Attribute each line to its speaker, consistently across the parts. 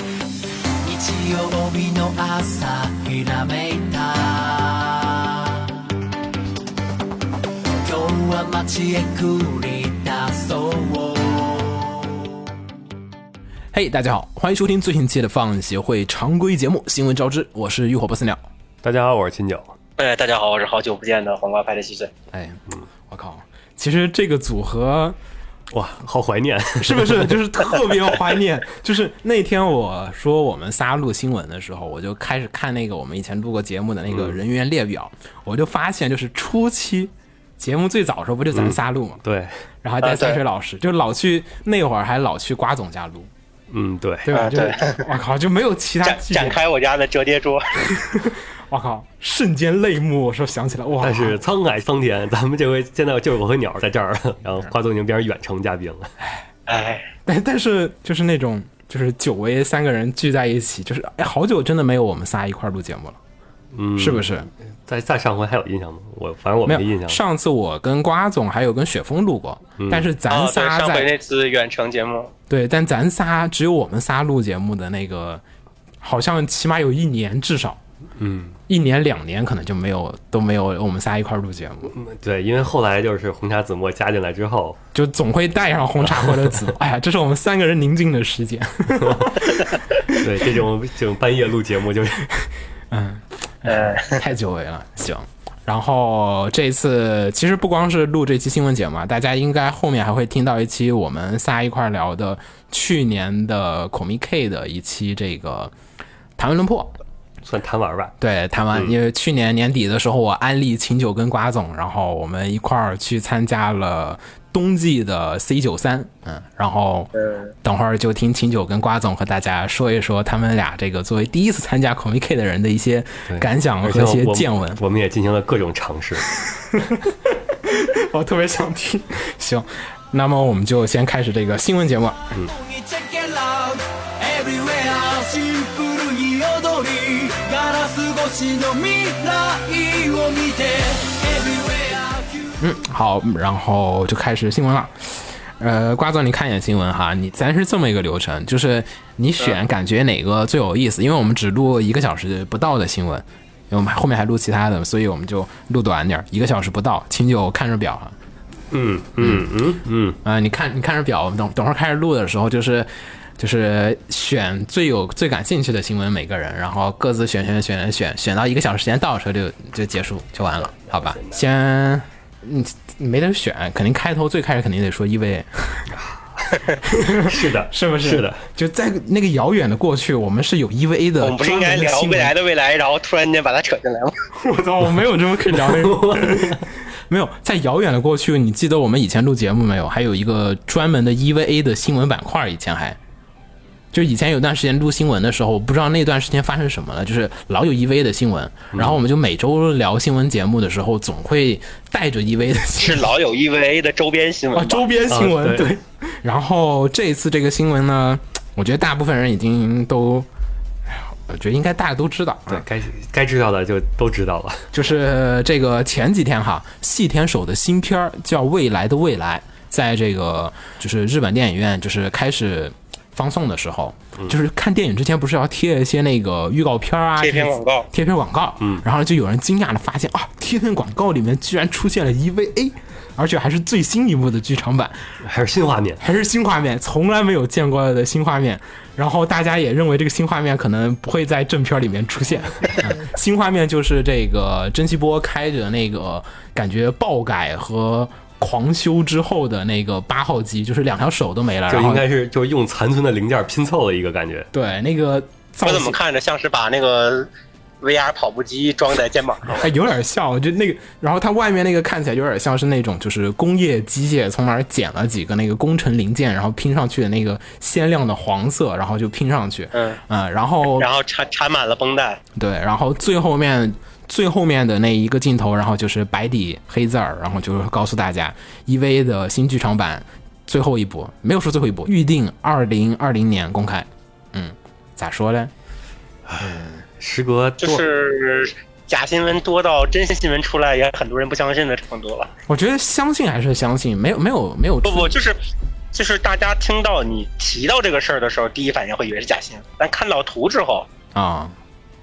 Speaker 1: 日曜日の朝ひらめいた今日は街へ繰り出そう
Speaker 2: 嘿、大家好，欢迎收听最新期的放协会常规节目《新闻招之》，我是浴火不死鸟。
Speaker 3: 大家好，我是秦九。
Speaker 4: 哎，大家好，我是好久不见的黄瓜派的西神。
Speaker 2: 哎，我靠，其实这个组合
Speaker 3: 哇，好怀 念！
Speaker 2: 是不是 就是特别怀念？就是那天我说我们仨录新闻的时候，我就开始看那个我们以前录过节目的那个人员列表，我就发现就是初期节目最早的时候不就咱仨录嘛，
Speaker 3: 对，
Speaker 2: 然后还带
Speaker 4: 啊对
Speaker 2: 三水老师，就老去那会儿还老去瓜总家录，
Speaker 3: 嗯，对，
Speaker 2: 对吧？
Speaker 4: 啊
Speaker 2: 就是
Speaker 4: 对
Speaker 2: 我靠，就没有其他
Speaker 4: 展
Speaker 2: 季节
Speaker 4: 展，开我家的折 叠桌，
Speaker 2: 我靠，瞬间泪目。我说想起来，哇，
Speaker 3: 但是沧海桑田，咱们这回现在就是我和鸟在这儿，然后花总已经变成远程嘉宾了。
Speaker 4: 哎，
Speaker 2: 但但是就是那种就是久违三个人聚在一起，就是哎，好久真的没有我们仨一块儿录节目了，
Speaker 3: 嗯，
Speaker 2: 是不？是？
Speaker 3: 在在上回还有印象吗？我反正我
Speaker 2: 没有
Speaker 3: 印象了。嗯
Speaker 2: 上次我跟瓜总还有跟雪峰录过，但是咱
Speaker 4: 啊，对，
Speaker 2: 仨
Speaker 4: 上
Speaker 2: 在、
Speaker 4: 回那次远程节目，
Speaker 2: 对，但咱仨只有我们仨录节目的那个，好像起码有一年至少。
Speaker 3: 嗯，
Speaker 2: 一年两年可能就没有都没有我们仨一块儿录节目，
Speaker 3: 嗯对，因为后来就是红茶子墨加进来之 后，
Speaker 2: 就总会带上红茶或者紫。哎呀，这是我们三个人宁静的时间。
Speaker 3: 对这种这种半夜录节目就是
Speaker 4: 呃，
Speaker 2: 太久违了。行，然后这一次其实不光是录这期新闻节目啊，大家应该后面还会听到一期我们仨一块儿聊的去年的孔明 K 的一期这个谈文论破。
Speaker 3: 算贪玩吧。
Speaker 2: 对，谈完，
Speaker 3: 嗯
Speaker 2: 因为去年年底的时候，我安利秦九跟瓜总，然后我们一块儿去参加了冬季的 C 九三，嗯，然后
Speaker 3: 嗯
Speaker 2: 等会儿就听秦九跟瓜总和大家说一说他们俩这个作为第一次参加孔明 K 的人的一些感想
Speaker 3: 而
Speaker 2: 和
Speaker 3: 且
Speaker 2: 一些
Speaker 3: 我
Speaker 2: 见闻。
Speaker 3: 我们也进行了各种尝试。
Speaker 2: 我特别想听。行，那么我们就先开始这个新闻节目。
Speaker 1: Check it out Everywhere シンプルに踊りガラス越しの未来を見て Everywhere
Speaker 2: 嗯，好，然后就开始新闻了。呃，瓜总，你看一眼新闻哈，你咱是这么一个流程，就是你选感觉哪个最有意思，因为我们只录一个小时不到的新闻，因为我们后面还录其他的，所以我们就录短点儿，一个小时不到。秦九看着表哈，
Speaker 3: 嗯嗯嗯嗯，
Speaker 2: 啊、你看你看着表，我们等等会儿开始录的时候，就是就是选最有最感兴趣的新闻，每个人，然后各自选选选选选到一个小时时间到的时候就就结束就完了，好吧？先你你没得选，肯定开头最开始肯定得说 EVA，
Speaker 3: 是的，
Speaker 2: 是不
Speaker 3: 是？
Speaker 2: 是？
Speaker 3: 的，，
Speaker 2: 就在那个遥远的过去，我们是有 EVA 的，
Speaker 4: 我们不是应该聊未来？的未来，然后突然间把它扯进来吗？
Speaker 2: 我操，我没有这么可以聊的。 没有，在遥远的过去，你记得我们以前录节目没有？还有一个专门的 EVA 的新闻板块，以前还。就以前有段时间录新闻的时候，我不知道那段时间发生什么了，就是老有 EVA 的新闻，然后我们就每周聊新闻节目的时候，总会带着 EVA 的新
Speaker 4: 是
Speaker 2: 闻
Speaker 4: 老有 EVA 的周边新
Speaker 2: 啊
Speaker 4: 闻吧？
Speaker 2: 周边新闻、
Speaker 3: 啊对
Speaker 2: 对。然后这一次这个新闻呢，我觉得大部分人已经都，哎呀我觉得应该大家都知道，啊
Speaker 3: 对该该知道的就都知道了。
Speaker 2: 就是这个前几天哈，细田守的新片儿叫《未来的未来》，在这个就是日本电影院就是开始放送的时候，就是看电影之前不是要贴一些那个预告片儿啊，
Speaker 4: 贴片广告
Speaker 2: 贴片广告，嗯，然后就有人惊讶的发现啊，贴片广告里面居然出现了 EVA，而且还是最新一部的剧场版，
Speaker 3: 还是新画面，
Speaker 2: 还是新画面，从来没有见过的新画面。然后大家也认为这个新画面可能不会在正片里面出现。嗯新画面就是这个甄希波开着那个感觉爆改和狂修之后的那个八号机，就是两条手都没了，
Speaker 3: 就
Speaker 2: 然后
Speaker 3: 应该是就是用残存的零件拼凑的一个感觉。
Speaker 2: 对那个造
Speaker 4: 我
Speaker 2: 型
Speaker 4: 怎么看着像是把那个 VR 跑步机装在肩膀上。
Speaker 2: 哎，有点像，我觉得那个，然后它外面那个看起来有点像是那种就是工业机械从哪儿捡了几个那个工程零件，然后拼上去的那个鲜亮的黄色，然后就拼上去，
Speaker 4: 嗯
Speaker 2: 然后
Speaker 4: 然后缠缠满了绷带，
Speaker 2: 对，然后最后面最后面的那一个镜头，然后就是白底黑字儿，然后就是告诉大家 EVA 的新剧场版最后一部，没有说最后一部，预定二零二零年公开，嗯，咋说嘞？
Speaker 3: 时隔
Speaker 4: 就
Speaker 3: 多
Speaker 4: 是假新闻多到真新闻出来也很多人不相信的程度了。
Speaker 2: 我觉得相信还是相信，没有没有没有
Speaker 4: 不不，就是就是大家听到你提到这个事儿的时候，第一反应会以为是假新闻，但看到图之后
Speaker 2: 啊。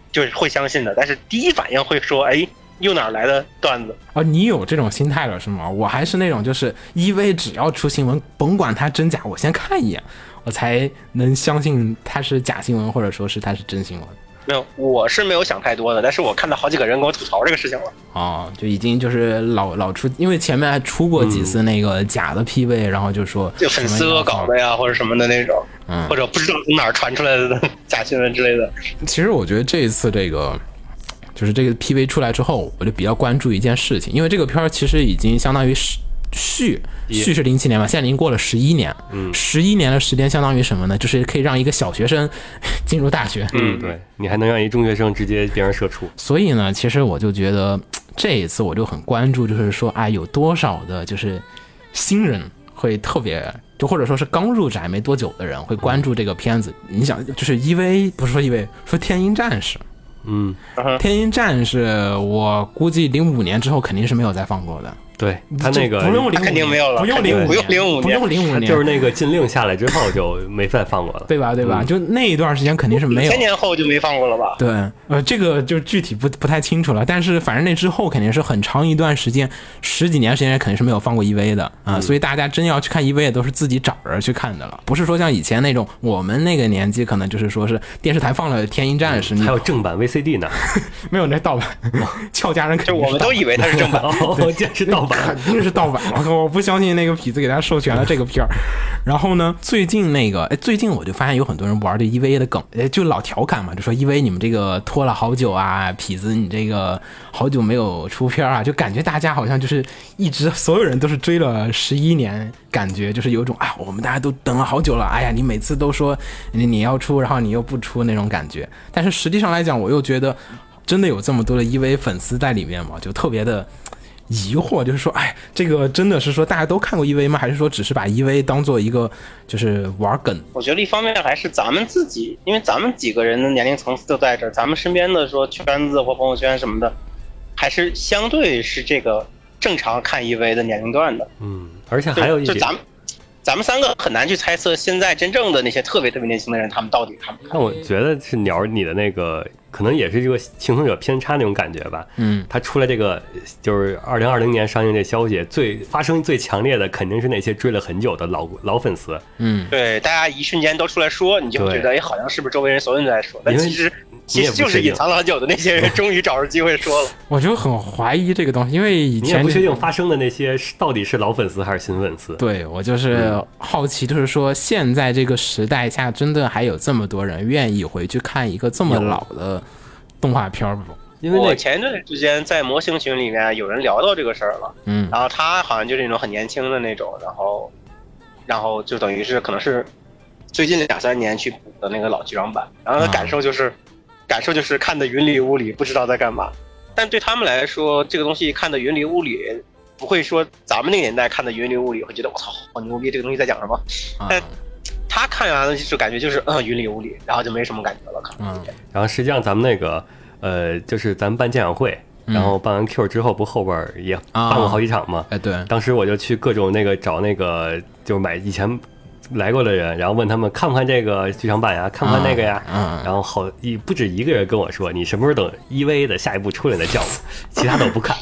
Speaker 4: 就是会相信的。但是第一反应会说，哎，又哪儿来的段子？
Speaker 2: 哦，你有这种心态了是吗？我还是那种就是 EV 只要出新闻，甭管它真假，我先看一眼，我才能相信它是假新闻，或者说是它是真新闻。
Speaker 4: 没有，我是没有想太多的，但是我看到好几个人跟我吐槽这个事情了。
Speaker 2: 哦，就已经就是老老出，因为前面还出过几次那个假的 PV，、然后就说
Speaker 4: 就粉丝
Speaker 2: 什么
Speaker 4: 恶搞的呀，或者什么的那种，
Speaker 2: 嗯
Speaker 4: 或者不知道从哪儿传出来的 假新闻之类的。
Speaker 2: 其实我觉得这一次这个就是这个 PV 出来之后，我就比较关注一件事情，因为这个片儿其实已经相当于是续续是零七年嘛，现在已经过了十一年，
Speaker 4: 嗯
Speaker 2: 十一年的时间相当于什么呢？就是可以让一个小学生 进入大学，
Speaker 3: 嗯，对你还能让一中学生直接变成社畜，
Speaker 2: 所以呢，其实我就觉得这一次我就很关注，就是说，哎，有多少的就是新人会特别，就或者说是刚入宅没多久的人会关注这个片子。你想，就是因为不是说因为说《天鹰战士》，
Speaker 3: 嗯，
Speaker 2: 《天鹰战士》，我估计零五年之后肯定是没有再放过的，
Speaker 3: 对他
Speaker 2: 就
Speaker 3: 那个
Speaker 2: 不用
Speaker 4: 肯定
Speaker 2: 05
Speaker 4: 没有了
Speaker 2: 不用
Speaker 4: 肯定
Speaker 2: 零五，
Speaker 4: 不用05
Speaker 2: 不用零五
Speaker 3: 他
Speaker 2: 年，
Speaker 3: 就是那个禁令下来之后就没再放过了。
Speaker 2: 对吧？对
Speaker 3: 嗯
Speaker 2: 吧？就那一段时间肯定是没有
Speaker 4: 千。年后就没放过了吧？
Speaker 2: 对，呃，这个就具体不不太清楚了，但是反正那之后肯定是很长一段时间，十几年时间肯定是没有放过 EV 的啊、所以大家真要去看 EV 也都是自己找人去看的了，不是说像以前那种我们那个年纪可能就是说是电视台放了《天鹰战士》你
Speaker 3: 还有正版 VCD 呢，
Speaker 2: 没有那盗版， 俏佳人肯
Speaker 4: 就
Speaker 2: 定
Speaker 4: 我们
Speaker 2: 是盗
Speaker 4: 都以为它是正 版，
Speaker 3: 哦，这是盗版。
Speaker 2: 肯定是盗版。 我靠，我不相信那个痞子给他授权了这个片儿。然后呢，最近那个，哎，最近我就发现有很多人玩这 EVA 的梗，哎，就老调侃嘛，就说 EVA 你们这个拖了好久啊，痞子你这个好久没有出片儿啊，就感觉大家好像就是一直所有人都是追了十一年，感觉就是有一种啊，我们大家都等了好久了，哎呀，你每次都说你你要出，然后你又不出那种感觉。但是实际上来讲，我又觉得。真的有这么多的 EVA 粉丝在里面吗？就特别的疑惑，就是说，哎，这个真的是说大家都看过 EVA 吗？还是说只是把 EVA 当做一个就是玩梗？
Speaker 4: 我觉得一方面还是咱们自己，因为咱们几个人的年龄层次都在这儿，咱们身边的说圈子或朋友圈什么的，还是相对是这个正常看 EV 的年龄段的。
Speaker 3: 嗯，而且
Speaker 4: 就
Speaker 3: 还有一
Speaker 4: 就
Speaker 3: 点，
Speaker 4: 咱们咱们三个很难去猜测现在真正的那些特别特别年轻的人，他们到底看不看。
Speaker 3: 但我觉得是鸟儿你的那个，可能也是这个幸存者偏差那种感觉吧。
Speaker 2: 嗯，
Speaker 3: 他出来这个就是二零二零年上映这消息，最发生最强烈的肯定是那些追了很久的老老粉丝，
Speaker 2: 嗯，
Speaker 4: 对，大家一瞬间都出来说，你就会
Speaker 3: 对
Speaker 4: 觉得，哎，好像是不是周围人所有人都在说？但
Speaker 3: 因为
Speaker 4: 其实
Speaker 3: 你
Speaker 4: 其
Speaker 3: 也
Speaker 4: 实
Speaker 3: 不
Speaker 4: 就是
Speaker 3: 确定
Speaker 4: 隐藏了很久的那些 人，终于找着机会说了。
Speaker 2: 我就很怀疑这个东西，因为以
Speaker 3: 你也
Speaker 2: 前
Speaker 3: 不确定发生的那些是到底是老粉丝还是新粉丝。
Speaker 2: 对我就是好奇，就是说现在这个时代下，真的还有这么多人愿意回去看一个这么老的动画片儿吗？
Speaker 3: 因为
Speaker 4: 我
Speaker 3: 那
Speaker 4: 前一段时间在模型群里面有人聊到这个事儿了，
Speaker 2: 嗯
Speaker 4: 然后他好像就是那种很年轻的那种，然后然后就等于是可能是最近两三年去补的那个老剧场版，然后他
Speaker 2: 啊
Speaker 4: 感受就是、感受就是看的云里雾里，不知道在干嘛。但对他们来说，这个东西看的云里雾里，不会说咱们那个年代看的云里雾里，会觉得我操好牛逼，这个东西在讲什么？
Speaker 2: 啊
Speaker 4: 但他看完了就感觉就是嗯云里雾里，然后就没什么感觉了，可能。
Speaker 2: 嗯
Speaker 3: 然后实际上咱们那个呃，就是咱们办鉴赏会，
Speaker 2: 嗯
Speaker 3: 然后办完 Q 之后，不后边儿也
Speaker 2: 啊
Speaker 3: 办过好几场吗？
Speaker 2: 哎对，
Speaker 3: 当时我就去各种那个找那个，就是买以前来过的人，然后问他们看不看这个剧场版呀，看不看那个呀。
Speaker 2: 嗯
Speaker 3: 然后好一不止一个人跟我说，你什么时候等 EVA 的下一部出来你再叫我，其他的我不 看。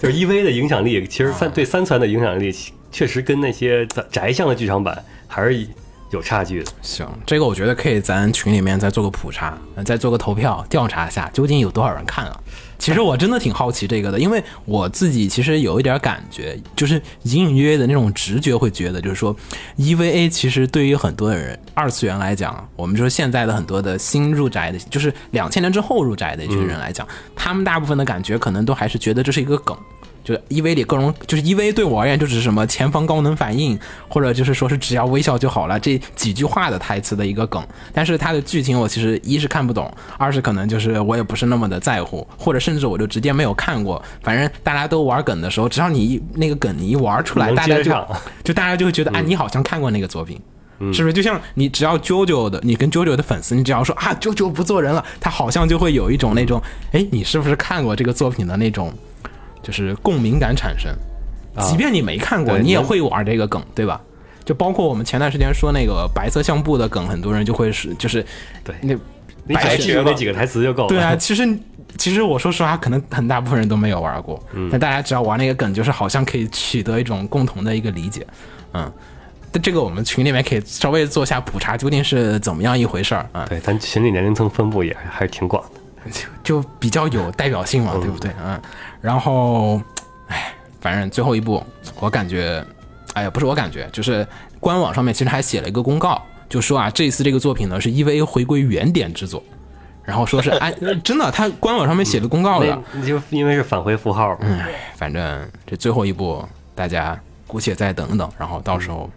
Speaker 3: 就是 EVA 的影响
Speaker 2: 嗯
Speaker 3: 力，其实三对三传的影响力，确实跟那些宅宅向的剧场版还是有差距的。
Speaker 2: 行，这个我觉得可以，咱群里面再做个普查，呃再做个投票，调查一下究竟有多少人看了。其实我真的挺好奇这个的，因为我自己其实有一点感觉，就是隐隐约约的那种直觉会觉得，就是说 EVA 其实对于很多的人二次元来讲，我们说现在的很多的新入宅的，就是两千年之后入宅的一群人来讲，他们大部分的感觉可能都还是觉得这是一个梗。就是 EV 里各种，就是 EV 对我而言就只是什么前方高能反应，或者就是说是只要微笑就好了这几句话的台词的一个梗。但是它的剧情我其实一是看不懂，二是可能就是我也不是那么的在乎，或者甚至我就直接没有看过。反正大家都玩梗的时候，只要你一那个梗你一玩出来，
Speaker 3: 能
Speaker 2: 大家
Speaker 3: 接
Speaker 2: 就
Speaker 3: 上
Speaker 2: 就大家就会觉得，啊，你好像看过那个作品。
Speaker 3: 嗯
Speaker 2: 是不是就像你只要 JoJo 的，你跟 JoJo 的粉丝，你只要说啊 JoJo 不做人了，他好像就会有一种那种，哎，你是不是看过这个作品的那种，就是共鸣感产生。即便你没看过，
Speaker 3: 对
Speaker 2: 你也
Speaker 3: 你
Speaker 2: 会玩这个梗，对吧？就包括我们前段时间说那个白色相簿的梗，很多人就会是就是
Speaker 3: 对
Speaker 2: 那
Speaker 3: 你只要记住那几个台词就够了。
Speaker 2: 对 啊，，其实其实我说实话，可能很大部分人都没有玩过，但大家只要玩那个梗，就是好像可以取得一种共同的一个理解，嗯。但这个我们群里面可以稍微做下普查，究竟是怎么样一回事儿啊？
Speaker 3: 对，咱群里年龄层分布也还是挺广的。
Speaker 2: 就比较有代表性嘛，对不对？嗯，然后，哎，反正最后一步，我感觉，哎呀，不是我感觉，就是官网上面其实还写了一个公告，就说啊，这次这个作品呢是 EVA 回归原点之作，然后说是哎，真的，他官网上面写了公告的，
Speaker 3: 那你就因为是返回符号嘛，
Speaker 2: 反正这最后一步，大家姑且再等等，然后到时候，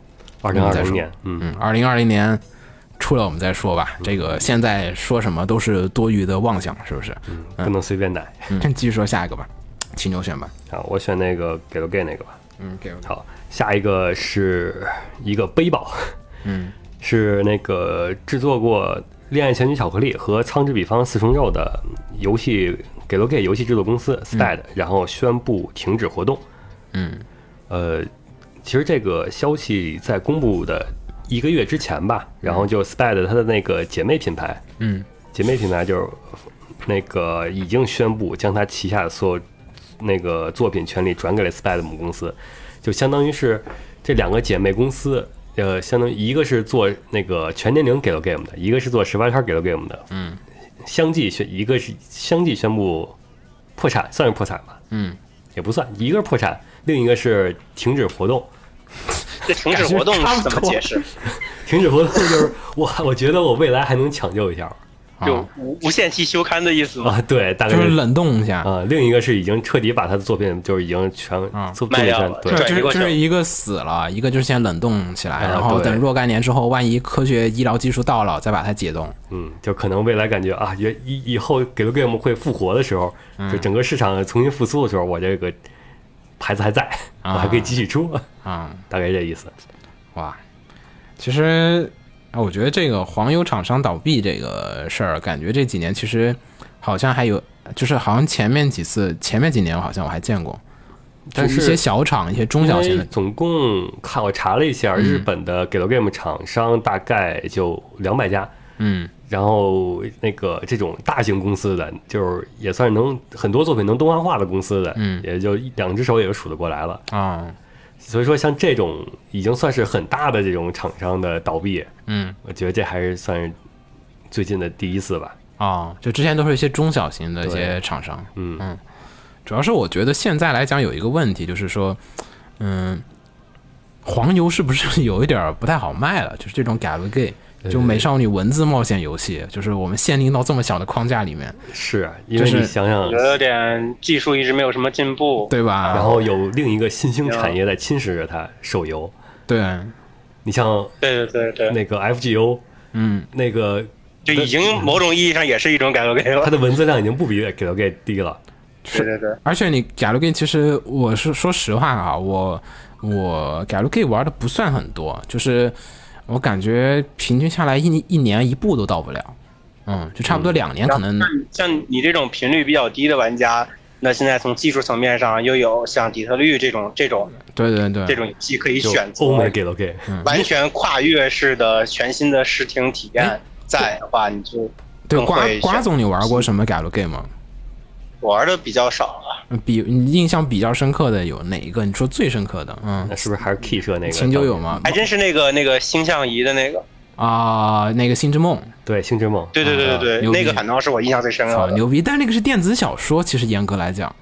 Speaker 3: 二嗯零二
Speaker 2: 再
Speaker 3: 零
Speaker 2: 说
Speaker 3: 年，嗯，
Speaker 2: 嗯，二零二零年出了我们再说吧。这个现在说什么都是多余的妄想，是不是？
Speaker 3: 不能随便奶
Speaker 2: 嗯，继续说下一个吧，请牛选吧。
Speaker 3: 啊！我选那个给了 gay 那个吧。
Speaker 2: 嗯，给我
Speaker 3: 好，下一个是一个背包，
Speaker 2: 嗯，
Speaker 3: 是那个制作过《恋爱前女巧克力》和《苍之彼方四重奏》的游戏给了 gay 游戏制作公司 STAD，、然后宣布停止活动。
Speaker 2: 嗯
Speaker 3: 呃，其实这个消息在公布的一个月之前吧，然后就 SPAD 它的那个姐妹品牌，
Speaker 2: 嗯，
Speaker 3: 姐妹品牌就是那个已经宣布将它旗下的所有那个作品权利转给了 SPAD 母公司，就相当于是这两个姐妹公司。呃，相当于一个是做那个全年龄给了 game 的，一个是做十八圈给了 game 的，嗯，相继宣一个是相继宣布破产，算是破产吧，
Speaker 2: 嗯
Speaker 3: 也不算，一个是破产，另一个是停止活动。
Speaker 4: 这停止活动是怎么解释？
Speaker 3: 停止活动就是 我，我觉得我未来还能抢救一下
Speaker 4: 就
Speaker 2: 啊，
Speaker 4: 无无限期休刊的意思吗？
Speaker 3: 啊，对，大概
Speaker 2: 就是是冷冻一下，
Speaker 3: 啊、另一个是已经彻底把他的作品就是已经全
Speaker 2: 啊
Speaker 3: 做
Speaker 4: 卖
Speaker 3: 做一
Speaker 4: 掉
Speaker 3: 圈
Speaker 4: 了，
Speaker 3: 对
Speaker 2: 就
Speaker 4: 对
Speaker 2: 是
Speaker 4: 一个
Speaker 2: 就是
Speaker 4: 小
Speaker 2: 一个死了，一个就是先冷冻起来，
Speaker 3: 啊
Speaker 2: 然后
Speaker 3: 对
Speaker 2: 等若干年之后，万一科学医疗技术到了，再把它解冻。
Speaker 3: 嗯，就可能未来感觉啊，也以以后给了 game 会复活的时候，
Speaker 2: 嗯
Speaker 3: 就整个市场重新复苏的时候，我这个牌子还在，
Speaker 2: 啊
Speaker 3: 我还可以继续出，
Speaker 2: 啊、
Speaker 3: 大概这意思。
Speaker 2: 哇，其实啊，我觉得这个黄油厂商倒闭这个事儿，感觉这几年其实好像还有，就是好像前面几次，前面几年好像我还见过，
Speaker 3: 但
Speaker 2: 就是一些小厂、一些中小型
Speaker 3: 因为
Speaker 2: 的，
Speaker 3: 总共看我查了一下，日本的给了 game 厂商大概就两百家，
Speaker 2: 嗯
Speaker 3: 然后那个这种大型公司的，就是也算是能很多作品能动画化的公司的，
Speaker 2: 嗯
Speaker 3: 也就一两只手也就数得过来了。
Speaker 2: 啊
Speaker 3: 所以说，像这种已经算是很大的这种厂商的倒闭，
Speaker 2: 嗯
Speaker 3: 我觉得这还是算是最近的第一次吧。
Speaker 2: 啊，就之前都是一些中小型的一
Speaker 3: 对
Speaker 2: 些厂商，
Speaker 3: 嗯
Speaker 2: 主要是我觉得现在来讲有一个问题，就是说，嗯，黄油是不是有一点儿不太好卖了？ 就是这种 g a l gay，就美少女文字冒险游戏，就是我们限定到这么小的框架里面，
Speaker 3: 是啊因为
Speaker 2: 就是
Speaker 3: 你想想
Speaker 4: 我觉，得有点技术一直没有什么进步，
Speaker 2: 对吧？
Speaker 3: 然后有另一个新兴产业在侵蚀着它，手游。
Speaker 2: 对，
Speaker 3: 你像
Speaker 4: 对对对对，
Speaker 3: 那个 FGO，
Speaker 2: 嗯，
Speaker 3: 那个
Speaker 4: 就已经某种意义上也是一种改革开
Speaker 3: 它
Speaker 4: 了。
Speaker 3: 的文字量已经不比给到 gay 低了。
Speaker 4: 对对对，
Speaker 2: 而且你 g a l gay，其实我是说实话啊，我我 g a l gay 玩的不算很多，就是我感觉平均下来一一年一步都到不了，嗯，就差不多两年可能。
Speaker 4: 像你这种频率比较低的玩家，那现在从技术层面上又有像底特律这种这种
Speaker 2: 对对对，
Speaker 4: 这种游戏可以
Speaker 3: 就
Speaker 4: 选择，
Speaker 2: ，Oh
Speaker 3: 欧美给到 gay，
Speaker 2: 嗯
Speaker 4: 完全跨越式的全新的视听体
Speaker 2: 哎
Speaker 4: 验，在的话你就
Speaker 2: 对
Speaker 4: 更
Speaker 2: 瓜
Speaker 4: 会
Speaker 2: 瓜
Speaker 4: 选
Speaker 2: 总，你玩过什么 g a l gay 吗？
Speaker 4: 玩的比较少了。
Speaker 2: 比你印象比较深刻的有哪一个？你说最深刻的，嗯
Speaker 3: 那，是不是还是 K 社那个
Speaker 2: 秦九有？吗？
Speaker 4: 还真是那个那个星象仪的那个，
Speaker 2: 啊、那个《星之梦
Speaker 3: 对，星之梦。
Speaker 4: 对对对对对，
Speaker 2: 啊牛逼
Speaker 4: 那个反倒是我印象最深》刻
Speaker 2: 好
Speaker 4: 的。
Speaker 2: 啊牛逼，但是那个是电子小说，其实严格来讲，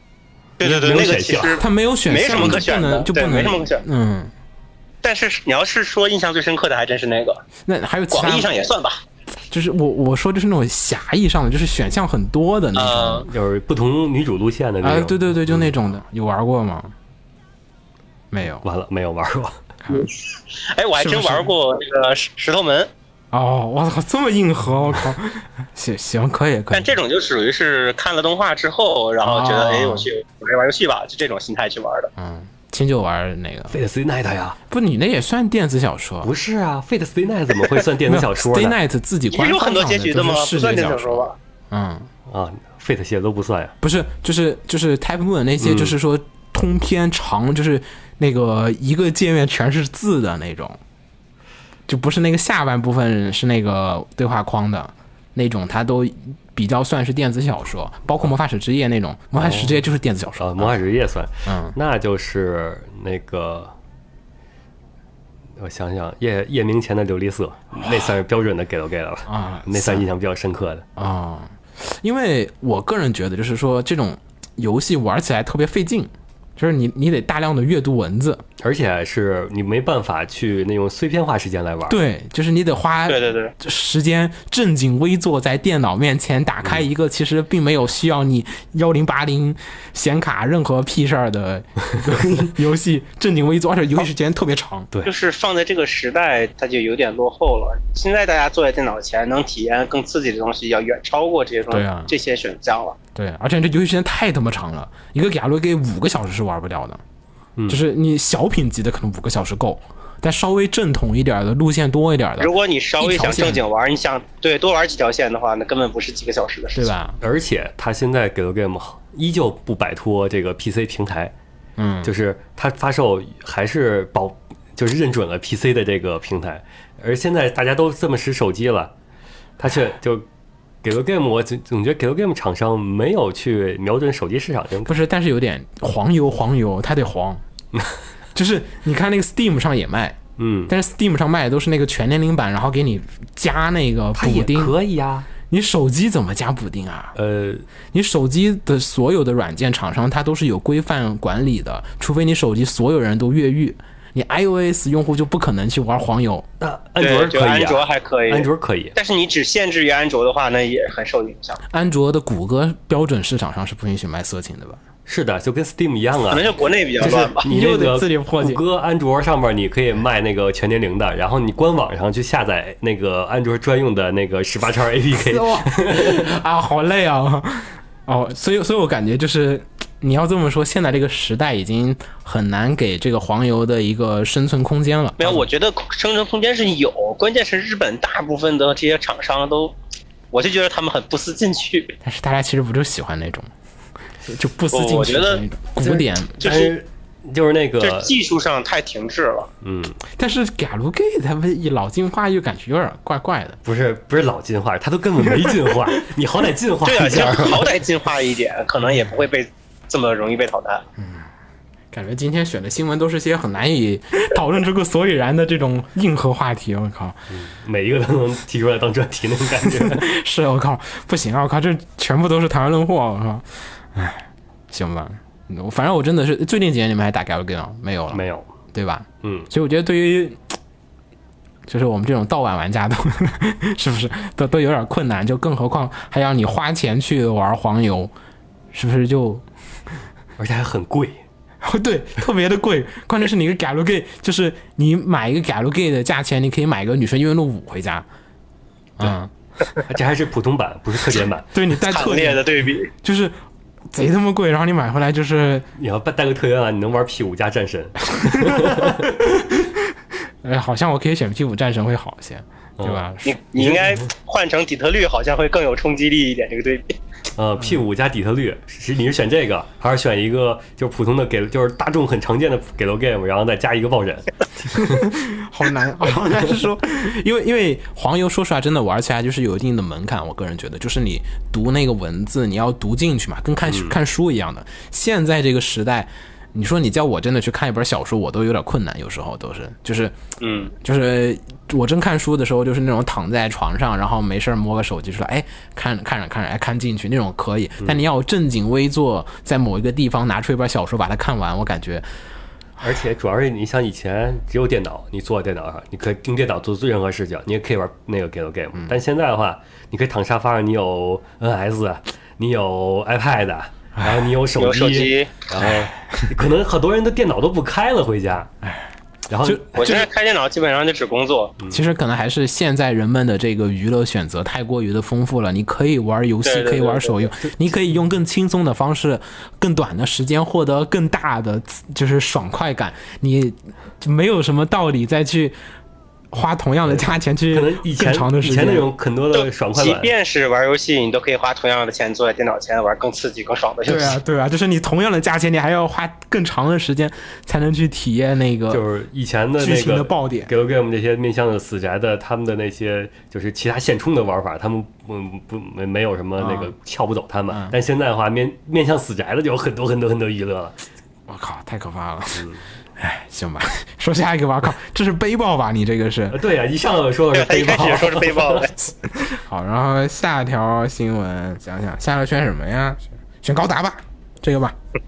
Speaker 4: 对对对，
Speaker 3: 没有
Speaker 4: 那个
Speaker 3: 选
Speaker 4: 其
Speaker 3: 项
Speaker 4: 实
Speaker 2: 它没有选项，
Speaker 4: 嗯没什么可选的
Speaker 2: 就不能
Speaker 4: 对
Speaker 2: 就
Speaker 4: 没什
Speaker 2: 不
Speaker 4: 么可
Speaker 2: 能
Speaker 4: 选。
Speaker 2: 嗯，
Speaker 4: 但是你要是说印象最深刻的，还真是那个，
Speaker 2: 那还有其
Speaker 4: 广义
Speaker 2: 他
Speaker 4: 上，也算吧。
Speaker 2: 就是我我说就是那种狭义上的，就是选项很多的那种。
Speaker 4: 嗯，
Speaker 3: 就是不同女主路线的那
Speaker 2: 哎，
Speaker 3: 种。
Speaker 2: 对对对，就那种的，有玩过吗？没有
Speaker 3: 完了，没有玩过。
Speaker 4: 哎，我还
Speaker 2: 是
Speaker 4: 真
Speaker 2: 不是
Speaker 4: 玩过那个石石头门，
Speaker 2: 哦，我操，这么硬核，我靠！ 行行，可以可以
Speaker 4: 但，这种就属于是看了动画之后，然后觉得
Speaker 2: 哦
Speaker 4: 哎，我去我来玩游戏吧，就这种心态去玩的。
Speaker 2: 嗯，秦九玩那个，
Speaker 3: Fate Stay Night 呀？
Speaker 2: 不，你那也算电子小说，
Speaker 3: 不是啊，Fate Stay Night 怎么会算电
Speaker 2: 没
Speaker 3: 子
Speaker 2: 有
Speaker 3: 小 说
Speaker 2: Stay
Speaker 3: 呢？
Speaker 2: Night 自己
Speaker 4: 不
Speaker 2: 官
Speaker 4: 是有
Speaker 2: 方
Speaker 4: 很多
Speaker 2: 上
Speaker 4: 结局
Speaker 2: 的就？
Speaker 4: 吗
Speaker 2: 是
Speaker 4: 不
Speaker 2: 视
Speaker 4: 算
Speaker 2: 觉
Speaker 4: 电
Speaker 2: 小
Speaker 4: 小说吧？
Speaker 2: 嗯，
Speaker 3: 啊，Fate 系列都不算呀。
Speaker 2: 不是，就是就是 Type Moon 那些，
Speaker 3: 嗯
Speaker 2: 就是说通篇长，就是那个一个界面全是字的那种，就不是那个下半部分是那个对话框的那种，它都比较算是电子小说，包括《魔法使之夜》那种，《魔法使之夜》就是电子小说。
Speaker 3: 啊，魔法职业算，
Speaker 2: 嗯，
Speaker 3: 啊那就是那个，我想想，夜夜明前的琉璃色，那算是标准的 get o get 了
Speaker 2: 啊
Speaker 3: 那算印象比较深刻的。
Speaker 2: 啊、因为我个人觉得，就是说这种游戏玩起来特别费劲，就是你你得大量的阅读文字，
Speaker 3: 而且是你没办法去那种碎片化时间来玩。
Speaker 2: 对，就是你得花
Speaker 4: 对对对，
Speaker 2: 时间正襟危坐在电脑面前，打开一
Speaker 4: 嗯
Speaker 2: 个其实并没有需要你幺零八零显卡任何屁事儿的 游戏，正襟危坐，而且游戏时间特别长。
Speaker 3: 对
Speaker 4: 就是放在这个时代，它就有点落后了。现在大家坐在电脑前能体验更刺激的东西，要远超过这些东
Speaker 2: 对
Speaker 4: 西、
Speaker 2: 啊
Speaker 4: 这些选项了。
Speaker 2: 对，而且这游戏时间太他妈长了，一个 g a l g a 五个小时是玩不了的，就是你小品级的可能五个小时够，但稍微正统一点的路线多一点的，
Speaker 4: 如果你稍微想
Speaker 2: 一条线
Speaker 4: 正经玩，你想对多玩几条线的话，那根本不是几个小时的事
Speaker 2: 对
Speaker 4: 情。
Speaker 2: 吧？
Speaker 3: 而且它现在 get o game 依旧不摆脱这个 PC 平台，
Speaker 2: 嗯，
Speaker 3: 就是它发售还是保，就是认准了 PC 的这个平台，而现在大家都这么使手机了，它却就给了 game，我总总觉得给了 game 厂商没有去瞄准手机市场这种感
Speaker 2: 不是，但是有点黄油黄油，它得黄，就是你看那个 Steam 上也卖。
Speaker 3: 嗯，
Speaker 2: 但是 Steam 上卖的都是那个全年龄版，然后给你加那个
Speaker 3: 它
Speaker 2: 补
Speaker 3: 也
Speaker 2: 丁。
Speaker 3: 可以啊呀、
Speaker 2: 你手机怎么加补丁啊？
Speaker 3: 呃，
Speaker 2: 你手机的所有的软件厂商它都是有规范管理的，除非你手机所有人都越狱，你 iOS 用户就不可能去玩黄油。
Speaker 3: 呃那安卓
Speaker 4: 对，就
Speaker 3: 可以
Speaker 4: 安卓
Speaker 3: 啊，
Speaker 4: 还可以。
Speaker 3: 安卓可以，
Speaker 4: 但是你只限制于安卓的话，那也很受影响。
Speaker 2: 安卓的谷歌标准市场上是不允许卖色情的吧？
Speaker 3: 是的，就跟 Steam 一样
Speaker 4: 可
Speaker 3: 啊
Speaker 4: 能。就国内比较
Speaker 3: 就是
Speaker 4: 乱吧。
Speaker 3: 你
Speaker 2: 又
Speaker 3: 那
Speaker 2: 得
Speaker 3: 个
Speaker 2: 自己破解
Speaker 3: 谷歌、安卓上面你可以卖那个全年龄的，然后你官网上去下载那个安卓专用的那个十八叉 APK，
Speaker 2: 哇啊，好累啊！哦，所以所以我感觉就是。你要这么说，现在这个时代已经很难给这个黄油的一个生存空间了。
Speaker 4: 没有，我觉得生存空间是有，关键是日本大部分的这些厂商都，我就觉得他们很不思进取，
Speaker 2: 但是大家其实不就喜欢那种，就不思进
Speaker 4: 我
Speaker 2: 取
Speaker 4: 觉得
Speaker 2: 的那种古典。
Speaker 4: 就
Speaker 3: 但
Speaker 4: 是
Speaker 3: 是就是那
Speaker 4: 这
Speaker 3: 个
Speaker 4: 技术上太停滞了。
Speaker 3: 嗯，
Speaker 2: 但是 g a l g a 他们一老进化又感觉有点怪怪的。
Speaker 3: 不是不是老进化，它都根本没进化，你好歹进化
Speaker 4: 对啊，
Speaker 3: 一
Speaker 4: 就是
Speaker 3: 下。
Speaker 4: 好歹进化一点，可能也不会被这么容易被淘汰。
Speaker 2: 感觉今天选的新闻都是些很难以讨论出个所以然的这种硬核话题，我靠！
Speaker 3: 每一个都能提出来当专题那种感觉。
Speaker 2: 是我靠，不行啊！我靠，这全部都是谈论论货，我靠！唉，行吧，我反正我真的是最近几年你们还打 g a l g a 没有了，
Speaker 3: 没有，
Speaker 2: 对吧？
Speaker 3: 嗯，
Speaker 2: 所以我觉得对于就是我们这种盗版玩家都 是不是都都有点困难，就更何况还要你花钱去玩黄油，是不是就
Speaker 3: 而且还很贵。
Speaker 2: 对特别的贵？关键是你一个 g a l g a 就是你买一个 g a l g a 的价钱，你可以买一个《女神异闻录五》回家。嗯，
Speaker 3: 这还是普通版，不是特典版。
Speaker 2: 对你带
Speaker 4: 惨
Speaker 2: 特
Speaker 4: 烈
Speaker 2: 点
Speaker 4: 的对比，
Speaker 2: 就是贼他妈贵，然后你买回来就是
Speaker 3: 你要带个特典版，你能玩 P 五加战神。
Speaker 2: 呃，好像我可以选 P 五战神会好一些，对吧？
Speaker 4: 哦你你应该换成底特律，好像会更有冲击力一点。这个对比，
Speaker 3: 呃 P 五加底特律，是你是选这个，还是选一个就是普通的给就是大众很常见的给楼 game，然后再加一个抱枕？
Speaker 2: 好难，好难说。 因为因为黄油，说实话，真的玩起来就是有一定的门槛。我个人觉得，就是你读那个文字，你要读进去嘛，跟看看书一样的。现在这个时代，你说你叫我真的去看一本小说，我都有点困难，有时候都是就是
Speaker 4: 嗯，
Speaker 2: 就是我真看书的时候，就是那种躺在床上，然后没事儿摸个手机出来，哎，看看着看着，哎，看进去那种可以。但你要我正襟危坐，在某一个地方拿出一本小说把它看完，我感觉
Speaker 3: 而且主要是你像以前只有电脑，你坐在电脑上，你可以用电脑做任何事情，你也可以玩那个 Game Game、但现在的话，你可以躺沙发上，你有 NS，你有 iPad，然后你有手
Speaker 4: 有手机，
Speaker 3: 然 后可能很多人的电脑都不开了，回家。然后
Speaker 2: 就
Speaker 4: 我现在开电脑基本上就只工作，
Speaker 2: 其实可能还是现在人们的这个娱乐选择太过于的丰富了。你可以玩游戏，
Speaker 4: 对对对
Speaker 2: 可以玩手游，你可以用更轻松的方式、更短的时间获得更大的就是爽快感。你就没有什么道理再去花同样的价钱去
Speaker 3: 可能以前
Speaker 2: 更长的
Speaker 3: 以
Speaker 2: 时
Speaker 3: 前
Speaker 2: 间。
Speaker 3: 那种很多的爽快
Speaker 4: 即
Speaker 3: 感，
Speaker 4: 便是玩游戏，你都可以花同样的钱坐在电脑前玩更刺激、更爽的游
Speaker 2: 对
Speaker 4: 戏。
Speaker 2: 啊，对啊，就是你同样的价钱，你还要花更长的时间才能去体验那个。
Speaker 3: 就是以前的
Speaker 2: 嗯剧
Speaker 3: 那
Speaker 2: 情
Speaker 3: 个
Speaker 2: 的爆点
Speaker 3: g a l Game 这些面向的死宅的，他们的那些就是其他现充的玩法，他们不不没没有什么那个
Speaker 2: 啊
Speaker 3: 撬不走他们。
Speaker 2: 嗯
Speaker 3: 但现在的话，面面向死宅的就有很多很多很多娱 乐了。
Speaker 2: 我靠，太可怕了！
Speaker 3: 嗯
Speaker 2: 哎，行吧， 说下一个吧。靠，这是背包吧？你这个是
Speaker 3: 呃，对呀、一上来就说的
Speaker 4: 对，
Speaker 3: 是
Speaker 4: 他一
Speaker 3: 背
Speaker 4: 开
Speaker 3: 包，
Speaker 4: 始说是背包的，
Speaker 2: 好，然后下条新闻，想想下条选什么呀？选高达吧，这个吧。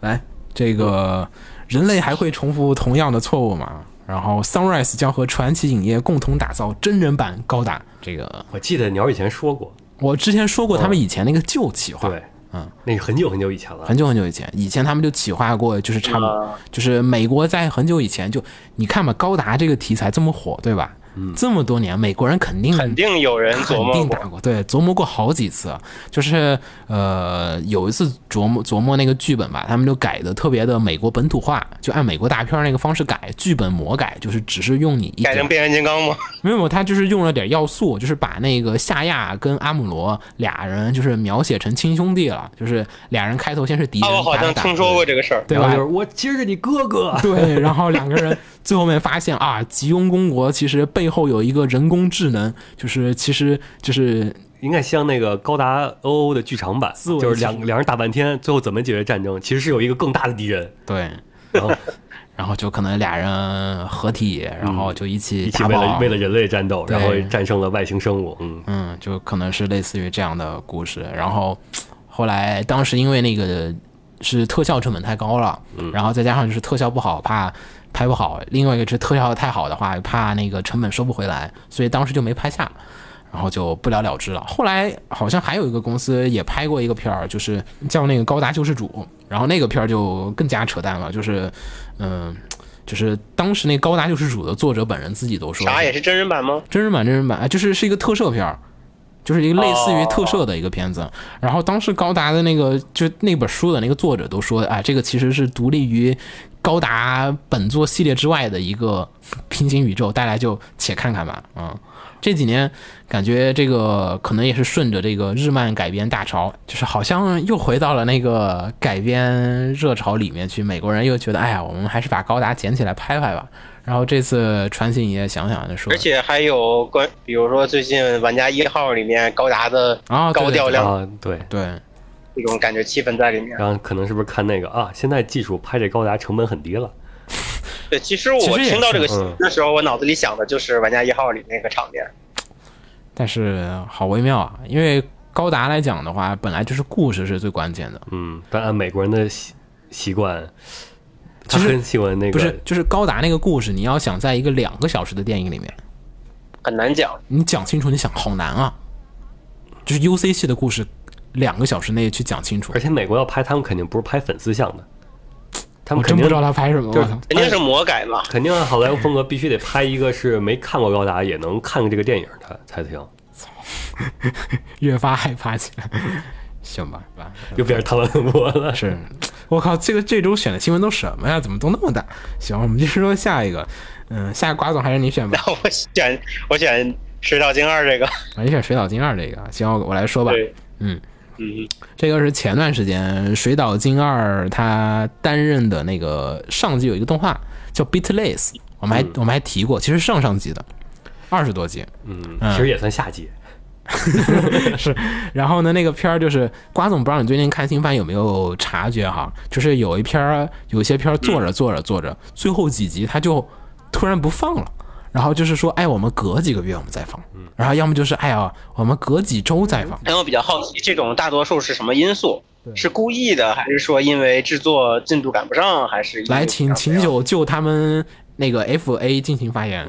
Speaker 2: 来，这个人类还会重复同样的错误吗？然后 Sunrise 将和传奇影业共同打造真人版高达。这个
Speaker 3: 我记得鸟儿以前说过，
Speaker 2: 我之前说过，他们以前那个旧企划，
Speaker 3: 对，
Speaker 2: 嗯，
Speaker 3: 那个很久很久以前了
Speaker 2: 很。久很久以前，以前他们就企划过，就是差不多，就是美国在很久以前就，你看吧，高达这个题材这么火，对吧？这么多年，美国人肯定
Speaker 4: 肯定有人琢
Speaker 2: 肯
Speaker 4: 磨
Speaker 2: 定打
Speaker 4: 过。
Speaker 2: 过，对，琢磨过好几次，就是呃，有一次琢磨琢磨那个剧本吧，他们就改的特别的美国本土化，就按美国大片那个方式改，剧本魔改，就是只是用你一
Speaker 4: 改
Speaker 2: 点
Speaker 4: 成变形金刚吗？
Speaker 2: 没有，他就是用了点要素，就是把那个夏亚跟阿姆罗俩人就是描写成亲兄弟了，就是俩人开头先是敌
Speaker 4: 啊，
Speaker 2: 人，
Speaker 4: 我好
Speaker 2: 打着
Speaker 4: 像
Speaker 2: 打
Speaker 4: 听
Speaker 2: 着
Speaker 4: 说过这个事儿。
Speaker 2: 对
Speaker 3: 然后
Speaker 2: 吧
Speaker 3: 就是？我今儿是你哥哥，
Speaker 2: 对，然后两个人最后面发现啊，吉翁公国其实背后有一个人工智能，就是其实就是
Speaker 3: 应该像那个高达 O O 的剧场版，
Speaker 2: 思维
Speaker 3: 就是
Speaker 2: 其
Speaker 3: 两
Speaker 2: 实
Speaker 3: 两人打半天，最后怎么解决战争？其实是有一个更大的敌人，
Speaker 2: 对，
Speaker 3: 然后
Speaker 2: 然后 就可能俩人合体，然后就一起
Speaker 3: 嗯一起
Speaker 2: 打
Speaker 3: 为
Speaker 2: 宝，
Speaker 3: 了为了人类战斗，然后
Speaker 2: 对
Speaker 3: 战胜了外星生物。嗯，
Speaker 2: 嗯，就可能是类似于这样的故事。然后后来当时因为那个是特效成本太高了，然后再加上就是特效不好，怕拍不好；另外一个是特效太好的话，怕那个成本收不回来，所以当时就没拍下。然后就不了了之了。后来好像还有一个公司也拍过一个片儿，就是叫那个《高达救世主》，然后那个片儿就更加扯淡了，就是，嗯，就是当时那《高达救世主》的作者本人自己都说，
Speaker 4: 啥也是真人版吗？
Speaker 2: 真人版真人版，哎就是是一个特摄片儿，就是一个类似于特摄的一个片子。
Speaker 4: 哦
Speaker 2: 然后当时高达的那个就那本书的那个作者都说，哎，这个其实是独立于高达本作系列之外的一个平行宇宙，大家就且看看吧。嗯，这几年感觉这个可能也是顺着这个日漫改编大潮，就是好像又回到了那个改编热潮里面去。美国人又觉得，哎呀，我们还是把高达捡起来拍拍吧。然后这次传奇也想想就说，
Speaker 4: 而且还有关，比如说最近玩家一号里面高达的
Speaker 2: 啊，啊对
Speaker 4: 高调量
Speaker 3: 啊，对。
Speaker 2: 对
Speaker 4: 这种感觉气氛在里面。
Speaker 3: 然后可能是不是看那个啊？现在技术拍这高达成本很低了，
Speaker 4: 对，其实
Speaker 2: 其
Speaker 4: 我
Speaker 2: 实也嗯
Speaker 4: 听到这个
Speaker 3: 是
Speaker 4: 新闻的时候，我脑子里想的就是玩家一号里那个场面。
Speaker 2: 但是好微妙啊，因为高达来讲的话，本来就是故事是最关键的，
Speaker 3: 嗯，但按美国人的习习惯，他
Speaker 2: 其实
Speaker 3: 很喜欢那
Speaker 2: 不是
Speaker 3: 个，
Speaker 2: 就是高达那个故事，你要想在一个两个小时的电影里面，
Speaker 4: 很难讲，
Speaker 2: 你讲清楚，你想好难啊，就是 UC 系的故事，两个小时内去讲清楚
Speaker 3: 而，且美国要拍，他们肯定不是拍粉丝向的，他
Speaker 2: 我
Speaker 3: 们肯
Speaker 2: 真不
Speaker 3: 定
Speaker 2: 知道他拍什么，
Speaker 3: 就
Speaker 2: 我
Speaker 3: 是
Speaker 2: 操，
Speaker 4: 肯定是魔改嘛。
Speaker 3: 肯定按好莱坞风格必须得拍一个是没看过高达也能看这个电影的才行，
Speaker 2: 越发害怕起来， 行吧，吧。
Speaker 3: 又变成唐 文博了。
Speaker 2: 是，我靠，这个这周选的新闻都什么呀？怎么都那么大？行，我们就说下一个，嗯，下一个瓜总还是你选吧
Speaker 4: 那，我选我选《石道精二》这个，
Speaker 2: 啊你选水岛精二这个，行，我我来说吧，
Speaker 4: 对，嗯，
Speaker 2: 这个是前段时间水岛精二他担任的那个上集有一个动画叫《Beatless》，我
Speaker 4: 嗯
Speaker 2: 们还、我们还提过，其实上上集的二十多 集，
Speaker 3: 嗯，其实也算下集。
Speaker 2: 是，然后呢，那个片儿就是瓜总，不知道你最近看新番有没有察觉哈？就是有一篇儿，有些片儿做
Speaker 4: 嗯
Speaker 2: 着做着做着，最后几集它就突然不放了，然后就是说，哎，我们隔几个月我们再放，
Speaker 4: 嗯
Speaker 2: 然后要么就是，哎呀，我们隔几周再放。
Speaker 4: 但我比较好奇，这种大多数是什么因素？是故意的，还是说因为制作进度赶不上，还是
Speaker 2: 来，请
Speaker 4: 请
Speaker 2: 秦九就他们那个 F A 进行发言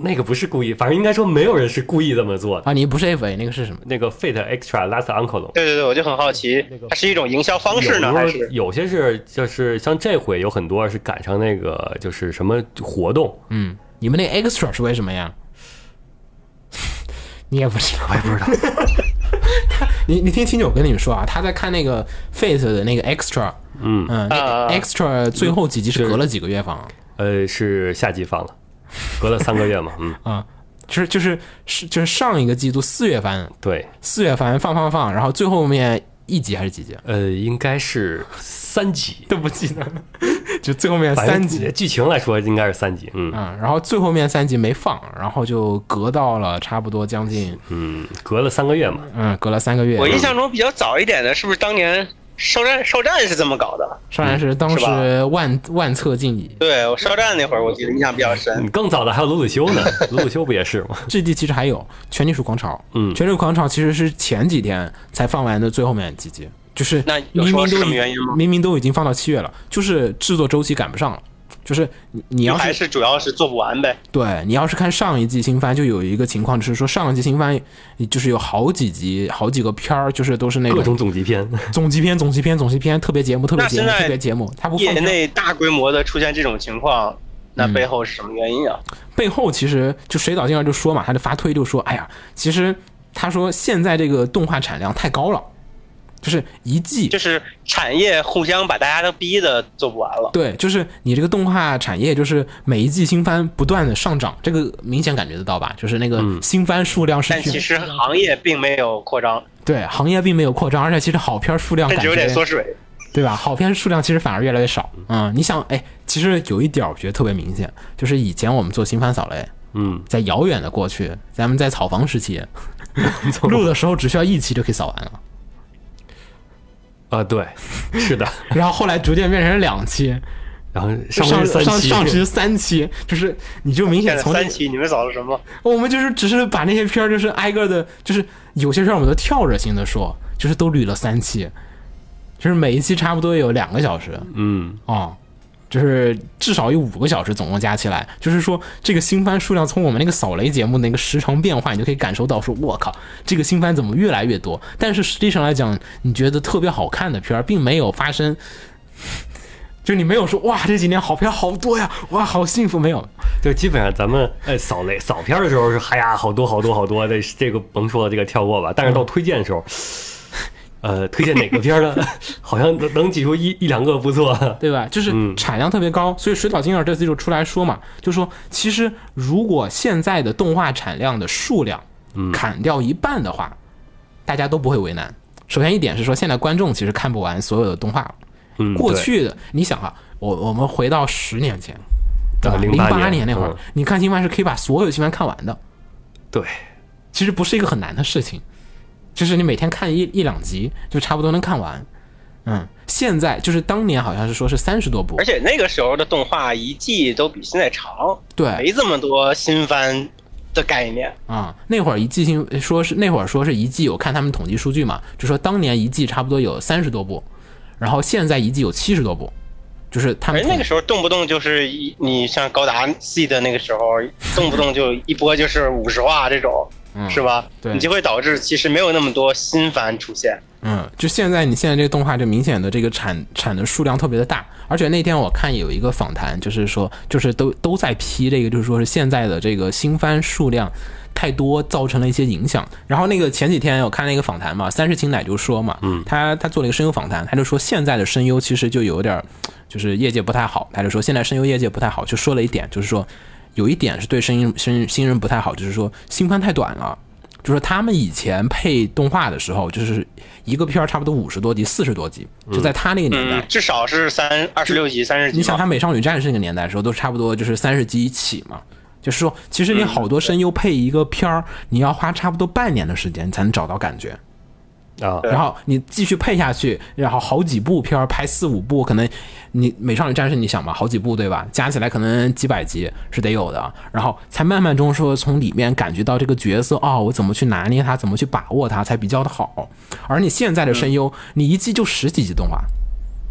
Speaker 3: 那个不是故意，反正应该说没有人是故意这么做的。
Speaker 2: 啊！你不是 F A 那个是什么？
Speaker 3: 那个 Fate Extra Last Uncle
Speaker 4: 对对对，我就很好奇，它是一种营销方式呢，还
Speaker 3: 有时候
Speaker 4: 是
Speaker 3: 有些是就是像这回有很多是赶上那个就是什么活动，
Speaker 2: 嗯，你们那个 extra 是为什么呀？ 你也不知道，我也不知道。 你你听秦九跟你们说啊，他在看那个 Fate 的那个 extra，嗯嗯、那
Speaker 4: 啊
Speaker 2: 个 extra 最后几集是
Speaker 3: 是
Speaker 2: 隔了几个月放
Speaker 3: 呃，是夏季放了，隔了三个 月嘛，嗯，
Speaker 2: 啊，就是就是是就是上一个季度四月番，
Speaker 3: 对，
Speaker 2: 四月番放放放，然后最后面一集还是几集啊？
Speaker 3: 呃，应该是三集，
Speaker 2: 都不记得了， 就最后面
Speaker 3: 反正
Speaker 2: 三集
Speaker 3: 剧情来说应该是三集，嗯
Speaker 2: 嗯，然后最后面三集没放，然后就隔到了差不多将近，
Speaker 3: 嗯，隔了三个月嘛，
Speaker 2: 嗯，隔了三个月。
Speaker 4: 我印象中比较早一点的，是不是当年少战少战是这么搞的？
Speaker 2: 上来是当
Speaker 4: 是吧
Speaker 2: 时万万策进矣，
Speaker 4: 对，我少战那会儿，我记得印象比较深
Speaker 2: 嗯
Speaker 3: 你。更早的还有鲁鲁修 呢，鲁鲁修不也是吗？
Speaker 2: 这季其实还有《全金属狂潮》，
Speaker 3: 嗯
Speaker 2: 《全金属狂潮》其实是前几天才放完的最后面几集，就是
Speaker 4: 那有
Speaker 2: 明明
Speaker 4: 说
Speaker 2: 都
Speaker 4: 是
Speaker 2: 已
Speaker 4: 什么原因吗
Speaker 2: 明明都已经放到七月了，就是制作周期赶不上了。就是你，你要
Speaker 4: 还
Speaker 2: 是
Speaker 4: 是主要是做不完呗。
Speaker 2: 对你要是看上一季新番，就有一个情况，就是说上一季新番就是有好几集、好几个片儿，就是都是那
Speaker 3: 各种总集篇，
Speaker 2: 总集篇、总集篇、总集篇，特别节目、特别
Speaker 4: 那
Speaker 2: 节目、
Speaker 4: 现在
Speaker 2: 特别节目，它不放
Speaker 4: 业
Speaker 2: 片
Speaker 4: 内大规模的出现这种情况，那背后是什么原因啊？
Speaker 2: 背后其实就水岛经常就说嘛，他就发推就说，哎呀，其实他说现在这个动画产量太高了，就是一季
Speaker 4: 就，是产业互相把大家都逼的做不完了。
Speaker 2: 对，就是你这个动画产业就是每一季新番不断的上涨，这个明显感觉得到吧？就是那个新番数量是
Speaker 4: 但
Speaker 2: 去
Speaker 4: 其实行业并没有扩张，
Speaker 2: 对行业并没有扩张，而且其实好片数量
Speaker 4: 甚
Speaker 2: 感
Speaker 4: 至有点缩
Speaker 2: 觉
Speaker 4: 水。
Speaker 2: 对吧？好片数量其实反而越来越少。嗯，你想，哎，其实有一点儿我觉得特别明显，就是以前我们做新番扫雷，
Speaker 3: 嗯，
Speaker 2: 在遥远的过去，咱们在草房 时期录的时候，只需要一期就可以扫完了。
Speaker 3: 啊，对，是 的，
Speaker 2: 然后后来逐渐变成两期，
Speaker 3: 然后
Speaker 2: 上
Speaker 3: 上回是
Speaker 2: 上
Speaker 3: 三期，
Speaker 2: 上期三期，就是你就明
Speaker 4: 现
Speaker 2: 显
Speaker 4: 在
Speaker 2: 从那
Speaker 4: 三期，你们扫了什么？
Speaker 2: 我们就是只是把那些片儿就是挨个的，就是有些片儿我们都跳着性的说，就是都捋了三期，就是每一期差不多有两个小时
Speaker 3: 嗯，
Speaker 2: 哦。就是至少有五个小时，总共加起来，就是说这个新番数量从我们那个扫雷节目那个时长变化，你就可以感受到说，我靠，这个新番怎么越来越多？但是实际上来讲，你觉得特别好看的片儿，并没有发生，就你没有说哇，这几年好片儿好多呀，哇，好幸福，没有，
Speaker 3: 就基本上咱们哎扫雷扫片的时候是哎呀好多好多好多，这这个甭说了，这个跳过吧。但是到推荐的时候，呃，推荐哪个片儿呢？ 好像能能挤出一一两个不错。
Speaker 2: 对吧？就是
Speaker 3: 嗯
Speaker 2: 产量特别高，所以水岛精二这次就出来说嘛，就说其实如果现在的动画产量的数量
Speaker 3: 嗯
Speaker 2: 砍掉一半的话，大家都不会为难。首先一点是说，现在观众其实看不完所有的动画了。
Speaker 3: 嗯，
Speaker 2: 过去的你想啊，我我们回到十年前，对吧？
Speaker 3: 啊
Speaker 2: 零
Speaker 3: 08
Speaker 2: 八
Speaker 3: 年
Speaker 2: 年那会儿
Speaker 3: 嗯，
Speaker 2: 你看新番是可以把所有新番看完的，
Speaker 3: 对
Speaker 2: 其实不是一个很难的事情，就是你每天看一一两集就差不多能看完。嗯，现在就是当年好像是说是三十多部
Speaker 4: 而，且那个时候的动画一季都比现在长，
Speaker 2: 对，
Speaker 4: 没这么多新番的概念。
Speaker 2: 啊、那会儿一季新说是那会儿说是一季，我看他们统计数据嘛，就说当年一季差不多有三十多部，然后现在一季有七十多部，就是他
Speaker 4: 而
Speaker 2: 们
Speaker 4: 哎那个
Speaker 2: 统
Speaker 4: 时候动不动就是一，你像高达系的那个时候，动不动就一波就是五十话这种，是吧？
Speaker 2: 对
Speaker 4: 你就会导致其实没有那么多新番出现。
Speaker 2: 嗯，就现在你现在这个动画，就明显的这个产产的数量特别的大，而且那天我看有一个访谈，就是说就是都都在批这个，就是说是现在的这个新番数量太多，造成了一些影响。然后那个前几天我看那个访谈嘛，三十青乃就说嘛，嗯，他他做了一个声优访谈，他就说现在的声优其实就有点儿嗯就是业界不太好，他就说现在声优业界不太好，就说了一点，就是说有一点是对声音声新人不太好，就是说新番太短了。就说他们以前配动画的时候，就是一个片儿差不多五十多集、四十多集，就在他那个年代
Speaker 4: 嗯，，至少是三二十六集、三十集。
Speaker 2: 你想他《美少女战士》那个年代的时候，都差不多就是三十集起嘛。就是说，其实你好多声优配一个片儿，你要花差不多半年的时间，你才能找到感觉。
Speaker 3: 啊，
Speaker 4: 对
Speaker 2: 然后你继续配下去，然后好几部片儿拍四五部，可能你《美少女战士》你想嘛，好几部对吧？加起来可能几百集是得有的，然后才慢慢中说从里面感觉到这个角色哦，我怎么去拿捏它，怎么去把握它才比较的好。而你现在的声优，你一季就十几集动画，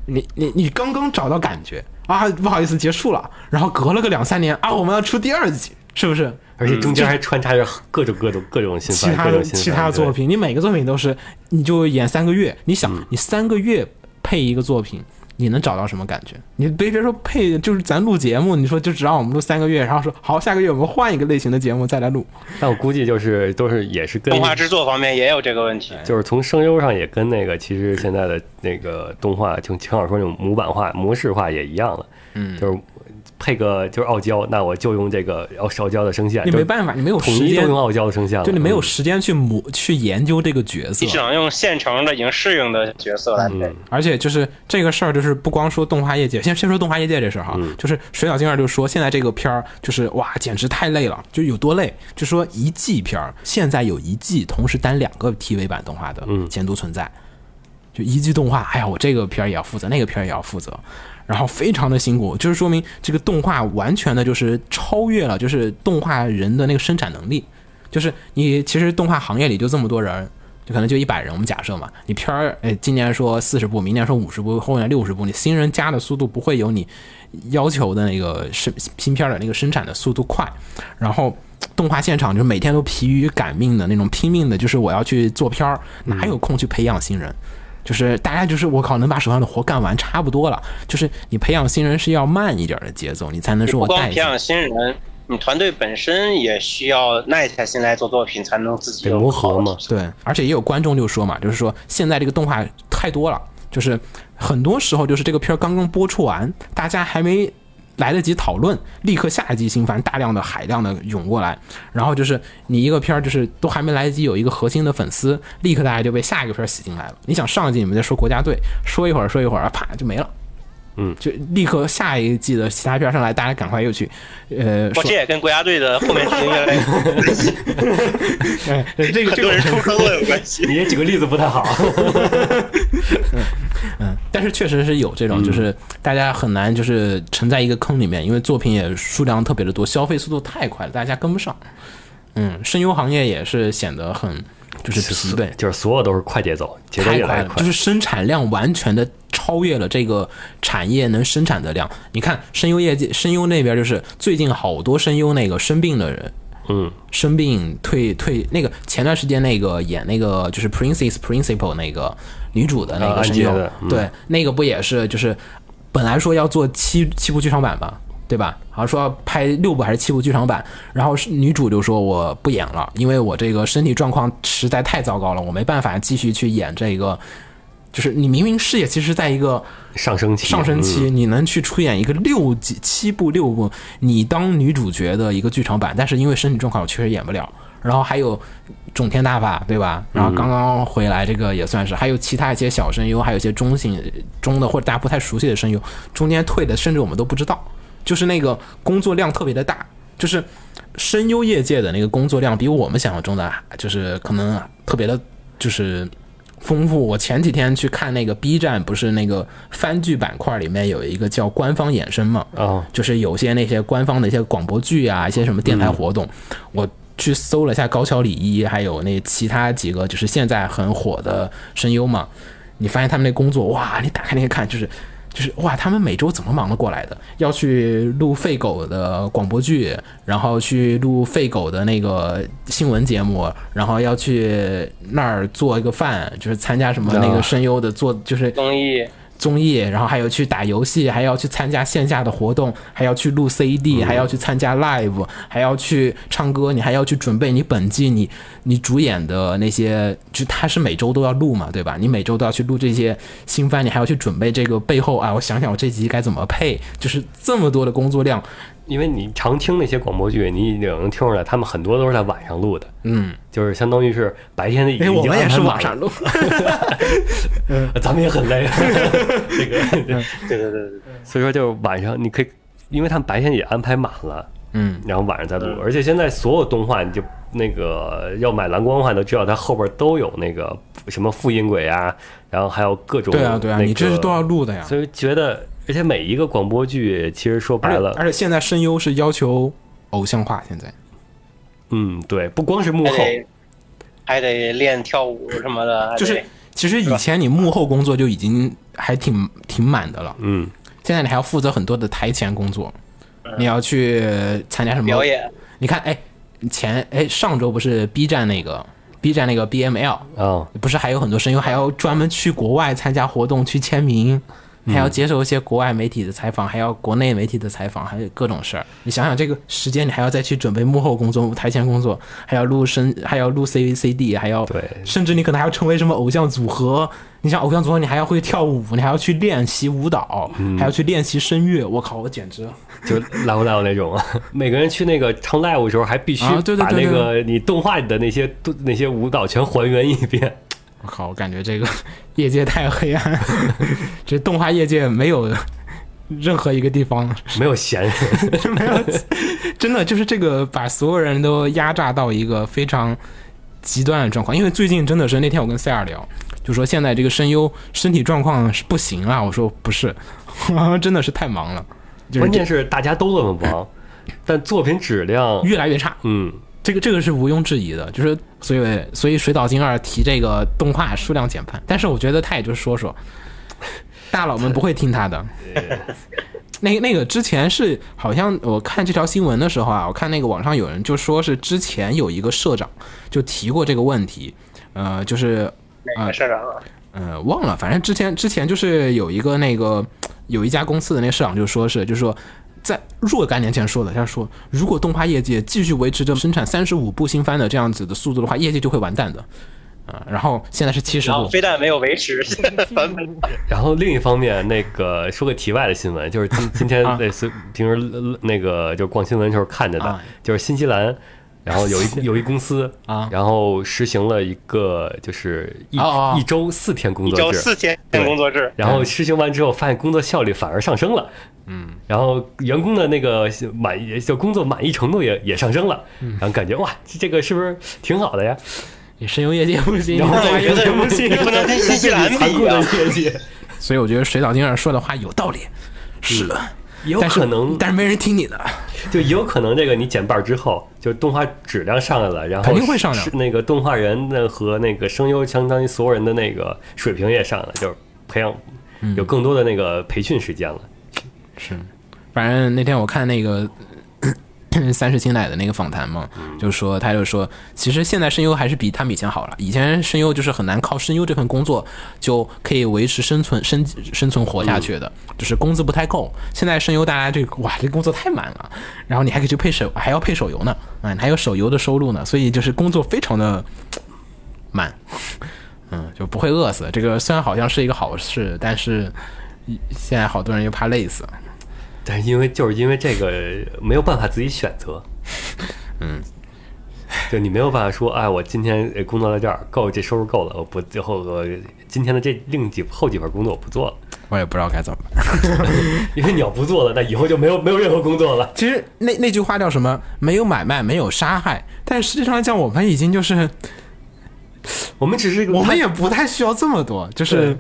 Speaker 2: 你你你刚刚找到感觉啊，不好意思结束了，然后隔了个两三年啊，我们要出第二季，是不是？
Speaker 3: 而且中间还穿插着各种各种各种新
Speaker 2: 其
Speaker 3: 番，
Speaker 2: 他
Speaker 3: 各
Speaker 2: 的
Speaker 3: 种新番
Speaker 2: 其他的作，品，你每个作品都是，你就演三个月，你想、
Speaker 3: 嗯
Speaker 2: 你三个月配一个作品，你能找到什么感觉？你别别说配，就是咱录节目，你说就只让我们录三个月，然后说好，下个月我们换一个类型的节目再来录，
Speaker 3: 对但我估计就是都是也是跟
Speaker 4: 动画制作方面也有这个问题，
Speaker 3: 就是从声优上也跟那个其实现在的那个动画，就轻小说那种模板化、模式化也一样了。嗯，就是配个就是傲娇，那我就用这个傲傲娇的声线，
Speaker 2: 你
Speaker 3: 就
Speaker 2: 没办法，你没有
Speaker 3: 统
Speaker 2: 时
Speaker 3: 一哎都
Speaker 2: 间
Speaker 3: 用，傲娇的声线了，
Speaker 2: 就你没有
Speaker 3: 嗯
Speaker 2: 时间去磨去研究这个角色
Speaker 4: 你只。能用现成的已经适应的角色来配。
Speaker 2: 而且就是这个事儿，就是不光说动画业界，先先说动画业界这事儿哈，就是水岛精二就说现在这个片儿就是哇，简直太累了，就有多累，就说一季片儿现在有一季同时担两个 TV 版动画的监督存在，就一季动画，哎呀，我这个片儿也要负责，那个片儿也要负责，然后非常的辛苦，就是说明这个动画完全的就是超越了就是动画人的那个生产能力，就是你其实动画行业里就这么多人。就可能就一百人，我们假设嘛，你片儿，哎，今年说四十部，明年说五十部，后年六十部，你新人加的速度不会有你要求的那个生新片儿的那个生产的速度快，然后动画现场就是每天都疲于赶命的那种拼命的，就是我要去做片儿，哪有空去培养新人？就是大家就是我靠，能把手上的活干完差不多了。就是你培养新人是要慢一点的节奏，你才能
Speaker 4: 你
Speaker 2: 说
Speaker 4: 不
Speaker 2: 我
Speaker 4: 光
Speaker 2: 带一
Speaker 4: 培
Speaker 2: 下。
Speaker 4: 养新人，你团队本身也需要耐下心来做作品，才能自己
Speaker 3: 得
Speaker 4: 有
Speaker 3: 磨合嘛。
Speaker 2: 对，而且也有观众就说嘛，就是说现在这个动画太多了，就是很多时候就是这个片儿刚刚播出完，大家还没来得及讨论，立刻下一季新番大量的海量的涌过来，然后就是你一个片儿就是都还没来得及有一个核心的粉丝，立刻大家就被下一个片儿洗进来了。你想上一季你们在说国家队，说一会儿说一会儿，啊啪就没了。
Speaker 3: 嗯
Speaker 2: 就立刻下一季的其他片儿上来，大家赶快又去，呃，
Speaker 4: 不，
Speaker 2: 说
Speaker 4: 这也跟国家队的后面进行越来越
Speaker 2: 哎这个
Speaker 4: 很
Speaker 2: 这
Speaker 4: 多
Speaker 2: 个
Speaker 4: 人出坑了有关系。
Speaker 3: 你也举个例子不太 好，
Speaker 2: 但是确实是有
Speaker 3: 嗯
Speaker 2: 这种，就是大家很难就是沉在一个坑里面，因为作品也数量特别的多，消费速度太快了，大家跟不上。嗯，声优行业也是显得很就是疲惫，
Speaker 3: 就是所有都是快节奏，节奏
Speaker 2: 太
Speaker 3: 越来
Speaker 2: 快
Speaker 3: 越
Speaker 2: 了，
Speaker 3: 快，
Speaker 2: 就是生产量完全的超越了这个产业能生产的量。你看声优业界，声优那边就是最近好多声优那个生病的人，
Speaker 3: 嗯，
Speaker 2: 生病退退那个前段时间那个演那个就是 Princess Principal 那个女主的那
Speaker 3: 啊
Speaker 2: 个声
Speaker 3: 安
Speaker 2: 优
Speaker 3: 杰的，嗯
Speaker 2: 对，那个不也是就是本来说要做七七部剧场版吧。对吧？好像说要拍六部还是七部剧场版，然后是女主就说我不演了，因为我这个身体状况实在太糟糕了，我没办法继续去演这个。就是你明明事业其实在一个
Speaker 3: 上升期，嗯
Speaker 2: 上升期，你能去出演一个六集、七部、六部，你当女主角的一个剧场版，但是因为身体状况，我确实演不了。然后还有种田大法，对吧？嗯然后刚刚回来，这个也算是，还有其他一些小声优，还有一些中性中的或者大家不太熟悉的声优，中间退的，甚至我们都不知道，就是那个工作量特别的大，就是声优业界的那个工作量比我们想象中的，啊就是可能特别的，就是丰富。我前几天去看那个 B 站，不是那个番剧板块里面有一个叫官方衍生嘛，
Speaker 3: 嗯啊，
Speaker 2: 就是有些那些官方的一些广播剧啊，一些什么电台活动，我去搜了一下高桥礼一，还有那其他几个就是现在很火的声优嘛，你发现他们那工作，哇，你打开那个看就是。就是哇，他们每周怎么忙得过来的？要去录废狗的广播剧，然后去录废狗的那个新闻节目，然后要去那儿做一个饭，就是参加什么那个
Speaker 3: 啊
Speaker 2: 声优的做，就是
Speaker 4: 综艺
Speaker 2: 综艺，然后还有去打游戏，还要去参加线下的活动，还要去录 CD，还要去参加 live，还要去唱歌，你还要去准备你本季你你主演的那些，就他是每周都要录嘛，对吧？你每周都要去录这些新番，你还要去准备这个背后啊，我想想我这集该怎么配，就是这么多的工作量，
Speaker 3: 因为你常听那些广播剧，你也能听出来，他们很多都是在晚上录的，
Speaker 2: 嗯，
Speaker 3: 就是相当于是白天的已
Speaker 2: 哎，
Speaker 3: 经
Speaker 2: 我们也
Speaker 3: 安排
Speaker 2: 是
Speaker 3: 满
Speaker 2: 晚
Speaker 3: 了
Speaker 2: 上录，
Speaker 3: 咱们也很 累， 这个，
Speaker 4: 对对对对，
Speaker 3: 所以说就是晚上你可以，因为他们白天也安排满了，
Speaker 2: 嗯，
Speaker 3: 然后晚上再录
Speaker 4: 嗯，
Speaker 3: 而且现在所有动画你就那个要买蓝光的话，都知道它后边都有那个什么复音轨啊，然后还有各种
Speaker 2: 对啊对啊，
Speaker 3: 那
Speaker 2: 你这
Speaker 3: 个
Speaker 2: 是都要，录的呀。
Speaker 3: 所以觉得而且每一个广播剧其实说
Speaker 2: 而
Speaker 3: 白
Speaker 2: 且
Speaker 3: 了，
Speaker 2: 而且现在声优是要求偶像化，现在
Speaker 3: 嗯，对，不光是幕
Speaker 4: 还
Speaker 3: 后，
Speaker 4: 得还得练跳舞什么的，还得
Speaker 2: 就是其实以前你幕后工作就已经还挺挺满的了，
Speaker 3: 嗯，
Speaker 2: 现在你还要负责很多的台前工作，你要去参加什么
Speaker 4: 嗯表？演，
Speaker 2: 你看，哎，前哎上周不是 B 站那个 B 站那个 BML
Speaker 3: 哦，
Speaker 2: 不是还有很多声优还要专门去国外参加活动去签名，还要接受一些国外媒体的采访，还要国内媒体的采访，还有各种事儿。你想想这个时间，你还要再去准备幕后工作、台前工作，还要录声，还要录 C C D，还要
Speaker 3: 对
Speaker 2: 甚至你可能还要成为什么偶像组合。你像偶像组合，你还要会跳舞，你还要去练习舞蹈，还要去练习声乐。我靠，我简直
Speaker 3: 就 live live 那种， 每个人去那个唱 live 的时候，还必须
Speaker 2: 啊对对
Speaker 3: 把
Speaker 2: 对
Speaker 3: 那个
Speaker 2: 对
Speaker 3: 你动画里的那些那些舞蹈全还原一遍。
Speaker 2: 我靠，我感觉这个业界太黑暗了， 这动画业界没有任何一个地方
Speaker 3: 没有闲人，
Speaker 2: 没有，真的就是这个把所有人都压榨到一个非常极端的状况。因为最近真的是那天我跟塞尔聊，就说现在这个声优身体状况是不行啊，我说不是， 真的是太忙了，就是
Speaker 3: 关
Speaker 2: 这
Speaker 3: 键是大家都那么忙，但作品质量，
Speaker 2: 越来越差。
Speaker 3: 嗯，
Speaker 2: 这个这个是毋庸置疑的，就是所以所以水岛精二提这个动画数量减半，但是我觉得他也就说 说，大佬们不会听他的。 那那个之前是好像我看这条新闻的时候啊，我看那个网上有人就说是之前有一个社长就提过这个问题，呃，就是
Speaker 4: 哪个社长啊？
Speaker 2: 呃，忘了，反正之前之前就是有一个那个有一家公司的那个社长就说是，就是说在若干年前说的，他说如果动画业界继续维持着生产三十五部新番的这样子的速度的话，业界就会完蛋的。啊、然后现在是七十
Speaker 4: 然后
Speaker 2: 部，
Speaker 4: 非但没有 维持，版本
Speaker 3: 然后另一方面，那个说个题外的新闻，就是今今天
Speaker 2: 啊
Speaker 3: 那随平时呃那个就逛新闻的时候看着的
Speaker 2: 啊，
Speaker 3: 就是新西兰，然后有一有一公司
Speaker 2: 啊
Speaker 3: 然后实行了一个就是一
Speaker 2: 哦哦嗯
Speaker 3: 一周四天工
Speaker 4: 一
Speaker 3: 作
Speaker 4: 周
Speaker 3: 制，
Speaker 4: 四天工作制，
Speaker 3: 然后实行完之后发现工作效率反而上升了。嗯，然后员工的那个满意就工作满意程度也也上升了，
Speaker 2: 嗯
Speaker 3: 然后感觉哇，这这个是不是挺好的呀？
Speaker 2: 你声优业界不行，
Speaker 3: 然后
Speaker 2: 动画
Speaker 4: 我
Speaker 2: 业
Speaker 4: 觉
Speaker 2: 界
Speaker 4: 得
Speaker 2: 不行
Speaker 4: 你不能跟新西兰
Speaker 3: 残酷
Speaker 4: 比啊
Speaker 3: 的！业界，
Speaker 2: 所以我觉得水岛精二说的话有道理，是，
Speaker 3: 也有
Speaker 2: 但是
Speaker 3: 可能，
Speaker 2: 但是没人听你的。
Speaker 3: 就也有可能这个你减半之后，就动画质量上来了，然后
Speaker 2: 肯定会上来
Speaker 3: 是那个动画人的和那个声优，相当于所有人的那个水平也上了，就是培养
Speaker 2: 嗯
Speaker 3: 有更多的那个培训时间了。
Speaker 2: 是，反正那天我看那个 咳三十青奶的那个访谈嘛，就说他就说，其实现在声优还是比他们以前好了。以前声优就是很难靠声优这份工作就可以维持生存生生存活下去的，就是工资不太够。现在声优大家这个哇，这工作太满了，然后你还可以去配手，还要配手游呢，啊，你还有手游的收入呢，所以就是工作非常的满。 嗯，就不会饿死。这个虽然好像是一个好事，但是现在好多人又怕累死。
Speaker 3: 但是因为就是因为这个没有办法自己选择，嗯， 就你没有办法说，哎，我今天呃工作到这儿够，这收入够了，我不最后我今天的这另几后几份工作我不做了，
Speaker 2: 我也不知道该怎么办。
Speaker 3: 因为你要不做了，那以后就没有没有任何工作了。
Speaker 2: 其实那那句话叫什么？没有买卖，没有杀害。但实际上来讲，我们已经就是，
Speaker 3: 我们只是一个
Speaker 2: 我们也不太需要这么多，就是
Speaker 3: 对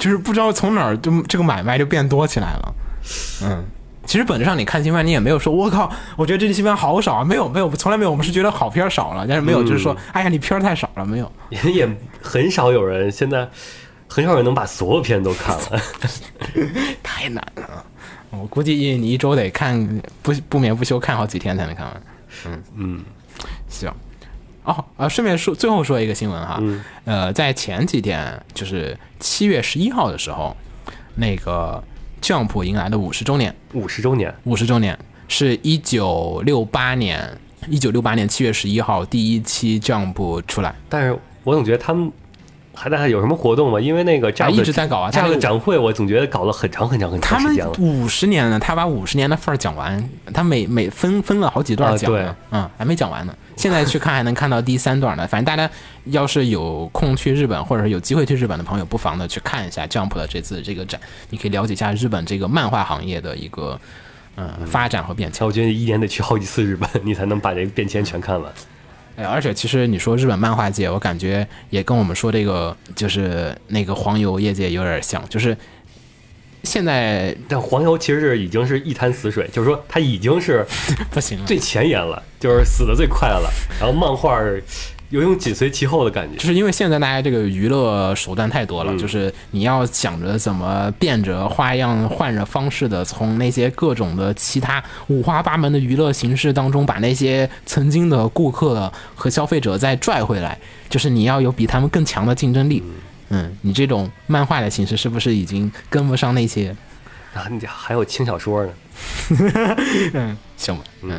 Speaker 2: 就是不知道从哪儿就这个买卖就变多起来了。嗯，其实本质上你看新番，你也没有说我靠，我觉得这期新番好少啊，没有没有，从来没有，我们是觉得好片儿少了，但是没有，就是说，哎呀，你片儿太少了，没有。
Speaker 3: 也也很少有人现在很少有人能把所有片都看了。
Speaker 2: 太难了。我估计你一周得看不不眠不休看好几天才能看完。嗯嗯，行。哦啊，顺便说，最后说一个新闻哈，呃，在前几天，就是七月十一号的时候，那个 Jump 迎来了五十周年，
Speaker 3: 五十周年，
Speaker 2: 五十周年是一九六八年，一九六八年七月十一号第一期 Jump 出来，
Speaker 3: 但是我总觉得他们还大家有什么活动吗？因为那个 j
Speaker 2: 啊
Speaker 3: a
Speaker 2: 一直在搞啊
Speaker 3: j
Speaker 2: 他
Speaker 3: a
Speaker 2: 们
Speaker 3: 展会我总觉得搞了很长很长很
Speaker 2: 他
Speaker 3: 长时
Speaker 2: 们
Speaker 3: 间了。
Speaker 2: 五十年了，他把五十年的份儿讲完，他每每分分了好几段讲呢，嗯，还没讲完呢。现在去看还能看到第三段呢。 反正大家要是有空去日本，或者是有机会去日本的朋友，不妨的去看一下 Jump 的这次这个展，你可以了解一下日本这个漫画行业的一个嗯、发展和变迁。
Speaker 3: 乔我觉得一年得去好几次日本，你才能把这个变迁全看完。
Speaker 2: 哎，而且其实你说日本漫画界，我感觉也跟我们说这个就是那个黄油业界有点像，就是现在
Speaker 3: 但黄油其实是已经是一滩死水，就是说它已经是
Speaker 2: 不行了。
Speaker 3: 最前沿了，就是死的最快了。然后漫画儿有一种紧随其后的感觉
Speaker 2: 就。是因为现在大家这个娱乐手段太
Speaker 4: 嗯
Speaker 2: 多了，就是你要想着怎么变着花样、换着方式的从那些各种的其他五花八门的娱乐形式当中，把那些曾经的顾客和消费者再拽回来，就是你要有比他们更强的竞争力。嗯，你这种漫画的形式是不是已经跟不上那 些？
Speaker 3: 然啊后你还有轻小说呢，
Speaker 2: 嗯，行吧，嗯，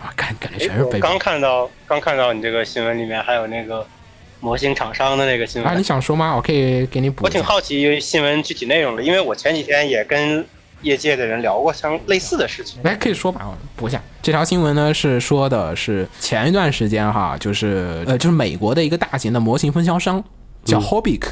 Speaker 2: 啊，感感觉全是
Speaker 4: 哎我
Speaker 2: 北
Speaker 4: 刚
Speaker 2: 北
Speaker 4: 看到，刚看到你这个新闻里面还有那个模型厂商的那个新
Speaker 2: 啊，你
Speaker 4: 闻，
Speaker 2: 想说吗？我可以给你补
Speaker 4: 我
Speaker 2: 一下
Speaker 4: 挺。好奇新闻具体内容的，因为我前几天也跟业界的人聊过相类似的事情。
Speaker 2: 来，哎可以说吧，我补一下这条新闻呢，是说的是前一段时间哈，就是呃，就是美国的一个大型的模型分销商叫
Speaker 4: 嗯
Speaker 2: Hobic，、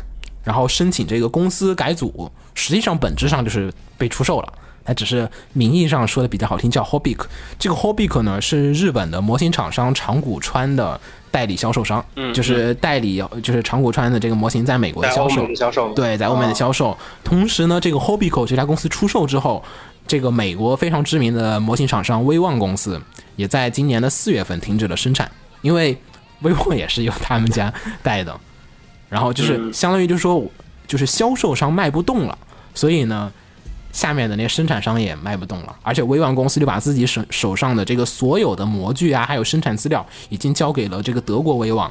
Speaker 2: 然后申请这个公司改组，实际上本质上就是被出售了。它只是名义上说的比较好听，叫 Hobic。这个 Hobic 呢是日本的模型厂商长谷川的代理销售商，
Speaker 4: 嗯
Speaker 2: 就是代理就是长谷川的这个模型在美国的
Speaker 4: 在欧
Speaker 2: 销售
Speaker 4: 美的，哦销售，
Speaker 2: 对，在欧美的销售。同时呢，这个 Hobico 这家公司出售之后，这个美国非常知名的模型厂商威旺公司也在今年的四月份停止了生产，因为威旺也是由他们家带的。然后就是
Speaker 4: 嗯
Speaker 2: 相当于就是说，就是销售商卖不动了，所以呢，下面的那些生产商也卖不动了，而且威旺公司就把自己手手上的这个所有的模具啊，还有生产资料，已经交给了这个德国威旺。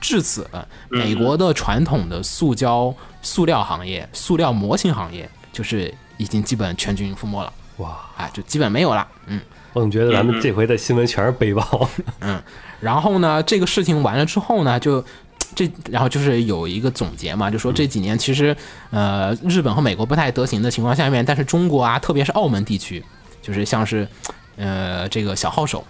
Speaker 2: 至此，美国的传统的塑胶、塑料行业、塑料模型行业，就是已经基本全军覆没了
Speaker 3: 哇！
Speaker 2: 啊，就基本没有了。嗯，
Speaker 3: 我总觉得咱们这回的新闻全是背 包，
Speaker 2: 然后呢，这个事情完了之后呢，就这，然后就是有一个总结嘛，就说这几年其实，呃，日本和美国不太得行的情况下面，但是中国啊，特别是澳门地区，就是像是，呃，这个小号手，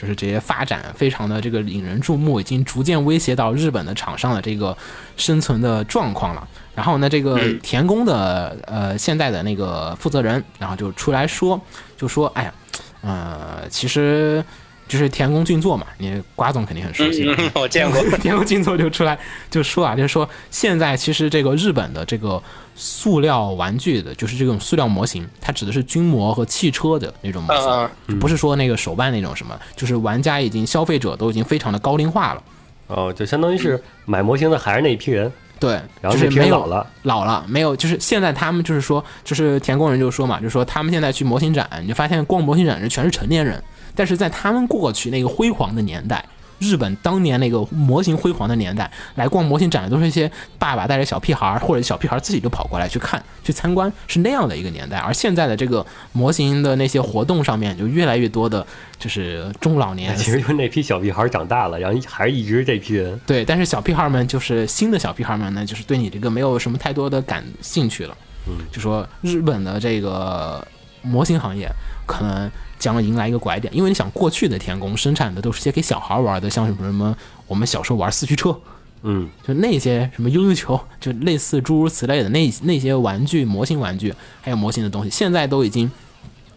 Speaker 2: 就是这些发展非常的这个引人注目，已经逐渐威胁到日本的厂商的这个生存的状况了。然后呢，这个田宫的呃现在的那个负责人，然后就出来说，就说，哎呀，呃，其实就是田宫俊作嘛，你瓜总肯定很熟
Speaker 4: 嗯
Speaker 2: 悉。
Speaker 4: 嗯，我 见过。
Speaker 2: 田宫俊作就出来就说啊，就说现在其实这个日本的这个塑料玩具的，就是这种塑料模型，它指的是军模和汽车的那种模型。
Speaker 4: 嗯
Speaker 2: 就不是说那个手办那种什么，就是玩家已经消费者都已经非常的高龄化了，
Speaker 3: 哦，就相当于是买模型的还是那一批人，
Speaker 2: 对，
Speaker 3: 然后
Speaker 2: 就
Speaker 3: 那
Speaker 2: 是
Speaker 3: 批
Speaker 2: 没
Speaker 3: 人
Speaker 2: 有
Speaker 3: 老了，
Speaker 2: 老了没有，就是现在他们就是说，就是田工人就说嘛，就说他们现在去模型展，你就发现逛模型展的全是成年人，但是在他们过去那个辉煌的年代。日本当年那个模型辉煌的年代，来逛模型展的都是一些爸爸带着小屁孩儿，或者小屁孩儿自己就跑过来去看、去参观，是那样的一个年代。而现在的这个模型的那些活动上面，就越来越多的就是中老年
Speaker 3: 哎其实就是那批小屁孩儿长大了，然后还是一直这批人。
Speaker 2: 对，但是小屁孩儿们就是新的小屁孩儿们呢，就是对你这个没有什么太多的感兴趣了。嗯，就说日本的这个模型行业可能将迎来一个拐点，因为你想过去的田宫生产的都是些给小孩儿玩的，像什么什么我们小时候玩四驱车，
Speaker 3: 嗯，
Speaker 2: 就那些什么悠悠球，就类似诸如此类的那那些玩具、模型玩具，还有模型的东西，现在都已经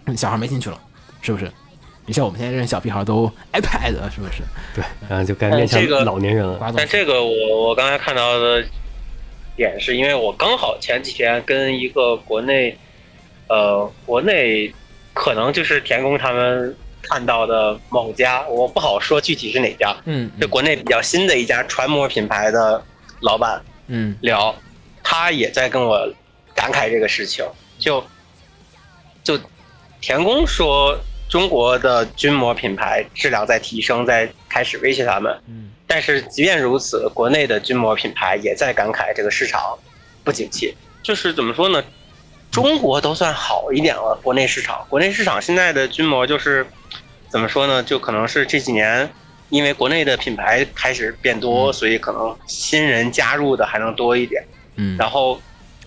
Speaker 2: 嗯小孩没兴趣了，是不是？你像我们现在这些小屁孩儿都 iPad 了是不是？
Speaker 3: 对，然后就该面向
Speaker 4: 哎这个
Speaker 3: 老年人了。
Speaker 2: 瓜总
Speaker 4: 但这个我我刚才看到的点是因为我刚好前几天跟一个国内，呃，国内可能就是田工他们看到的某家，我不好说具体是哪家，
Speaker 2: 嗯
Speaker 4: 就国内比较新的一家船模品牌的老板
Speaker 2: 嗯
Speaker 4: 聊，他也在跟我感慨这个事情，就就田工说中国的军模品牌质量在提升，在开始威胁他们。
Speaker 2: 嗯
Speaker 4: 但是即便如此，国内的军模品牌也在感慨这个市场不景气。就是怎么说呢，中国都算好一点了，国内市场，国内市场现在的军模就是怎么说呢，就可能是这几年因为国内的品牌开始变多，所以可能新人加入的还能多一点。
Speaker 2: 嗯，
Speaker 4: 然后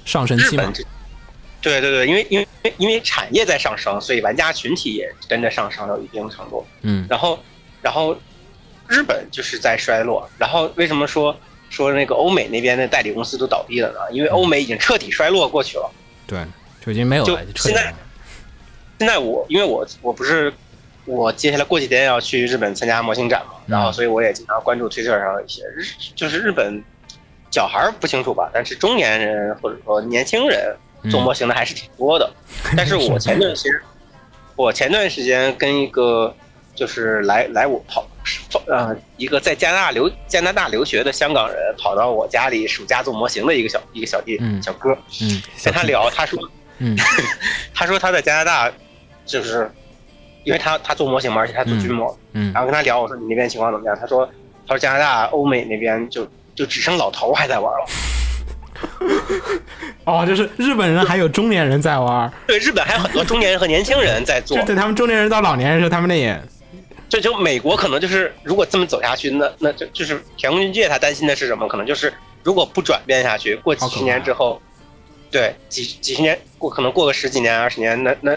Speaker 2: 上神
Speaker 4: 日
Speaker 2: 期嘛
Speaker 4: 本，这，对对对，因为因为因为因为产业在上升，所以玩家群体也跟着上升到一定程度。
Speaker 2: 嗯
Speaker 4: 然后，然后日本就是在衰落。然后为什么说说那个欧美那边的代理公司都倒闭了呢？因为欧美已经彻底衰落过去了。
Speaker 2: 对，就已经没有了，
Speaker 4: 就
Speaker 2: 彻底
Speaker 4: 现在
Speaker 2: 没有了
Speaker 4: 现在我因为我我不是我接下来过几天要去日本参加模型展嘛，然后所以我也经常关注推特上一些日就是日本小孩儿不清楚吧，但是中年人或者说年轻人
Speaker 2: 嗯
Speaker 4: 做模型的还是挺多的。但是我前段时间，我前段时间跟一个就是来来我跑呃一个在加拿大留加拿大留学的香港人跑到我家里暑假做模型的一个小一个小弟、
Speaker 2: 嗯
Speaker 4: 小哥，
Speaker 2: 嗯，
Speaker 4: 跟他聊，他说
Speaker 2: 嗯
Speaker 4: 他说他在加拿大，就是因为他他做模型嘛，而且他做军模，
Speaker 2: 嗯
Speaker 4: 然后跟他聊，我说你那边情况怎么样？他说他说加拿大、欧美那边就就只剩老头还在玩了，
Speaker 2: 哦，就是日本人还有中年人在玩儿，
Speaker 4: 对，日本还有很多中年人和年轻人在做
Speaker 2: 就，等他们中年人到老年人的时候，他们那也
Speaker 4: 这就美国可能就是如果这么走下去，那那就就是田宫俊介他担心的是什么？可能就是如果不转变下去，过几
Speaker 2: 好可
Speaker 4: 十
Speaker 2: 怕啊
Speaker 4: 年之后，对几几十年过可能过个十几年二啊十年，那那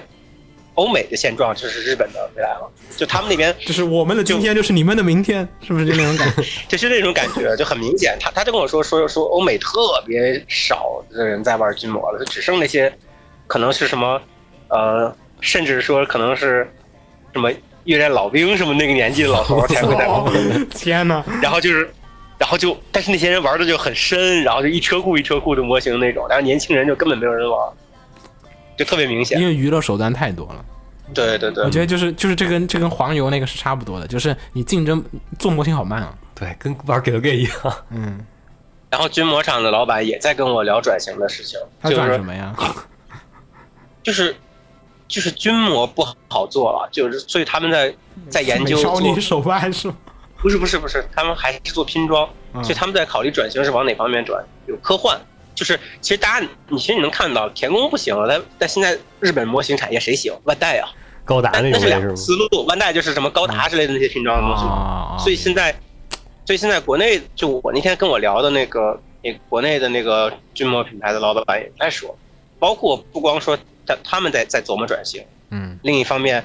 Speaker 4: 欧美的现状就是日本的未来了，就他们那边。
Speaker 2: 就是我们的今天就是你们的明天，是不是就那种感 觉？
Speaker 4: 就是那种感觉，就很明显。他他就跟我说说说欧美特别少的人在玩筋膜了，就只剩那些可能是什么呃，甚至说可能是什么越战老兵什么那个年纪的老头儿才会在玩。
Speaker 2: 哦天 哪！
Speaker 4: 然后就是，然后就，但是那些人玩的就很深，然后就一车库一车库的模型那种，然后年轻人就根本没有人玩，就特别明显
Speaker 2: 因。为娱乐手段太多了，
Speaker 4: 对对对
Speaker 2: 我，觉得就是就是这跟这跟黄油那个是差不多的，就是你竞争做模型好慢啊，
Speaker 3: 对，跟玩 g a g a 一样，
Speaker 2: 嗯，
Speaker 4: 然后军模厂的老板也在跟我聊转型的事情，
Speaker 2: 他
Speaker 4: 就是
Speaker 2: 转
Speaker 4: 说
Speaker 2: 什么呀？
Speaker 4: 就是就是军模不好做了，就是所以他们在在研究
Speaker 2: 美少
Speaker 4: 做
Speaker 2: 女手办是吗？
Speaker 4: 不是不是不是，他们还是做拼装，
Speaker 2: 嗯
Speaker 4: 所以他们在考虑转型是往哪方面转，有科幻。就是其实大家，你其实你能看到田宫不行了，但但现在日本模型产业谁行？万代啊，
Speaker 3: 高达
Speaker 4: 那
Speaker 3: 那
Speaker 4: 那
Speaker 3: 种
Speaker 4: 是
Speaker 3: 也
Speaker 4: 两
Speaker 3: 是吗嗯
Speaker 4: 个？思路。万代就是什么高达之类的那些拼装的东西，
Speaker 2: 啊
Speaker 4: 所以现在，所以现在国内就我那天跟我聊的那个，那国内的那个军模品牌的老板也在说，包括不光说他他们在在琢磨转型，
Speaker 2: 嗯
Speaker 4: 另一方面，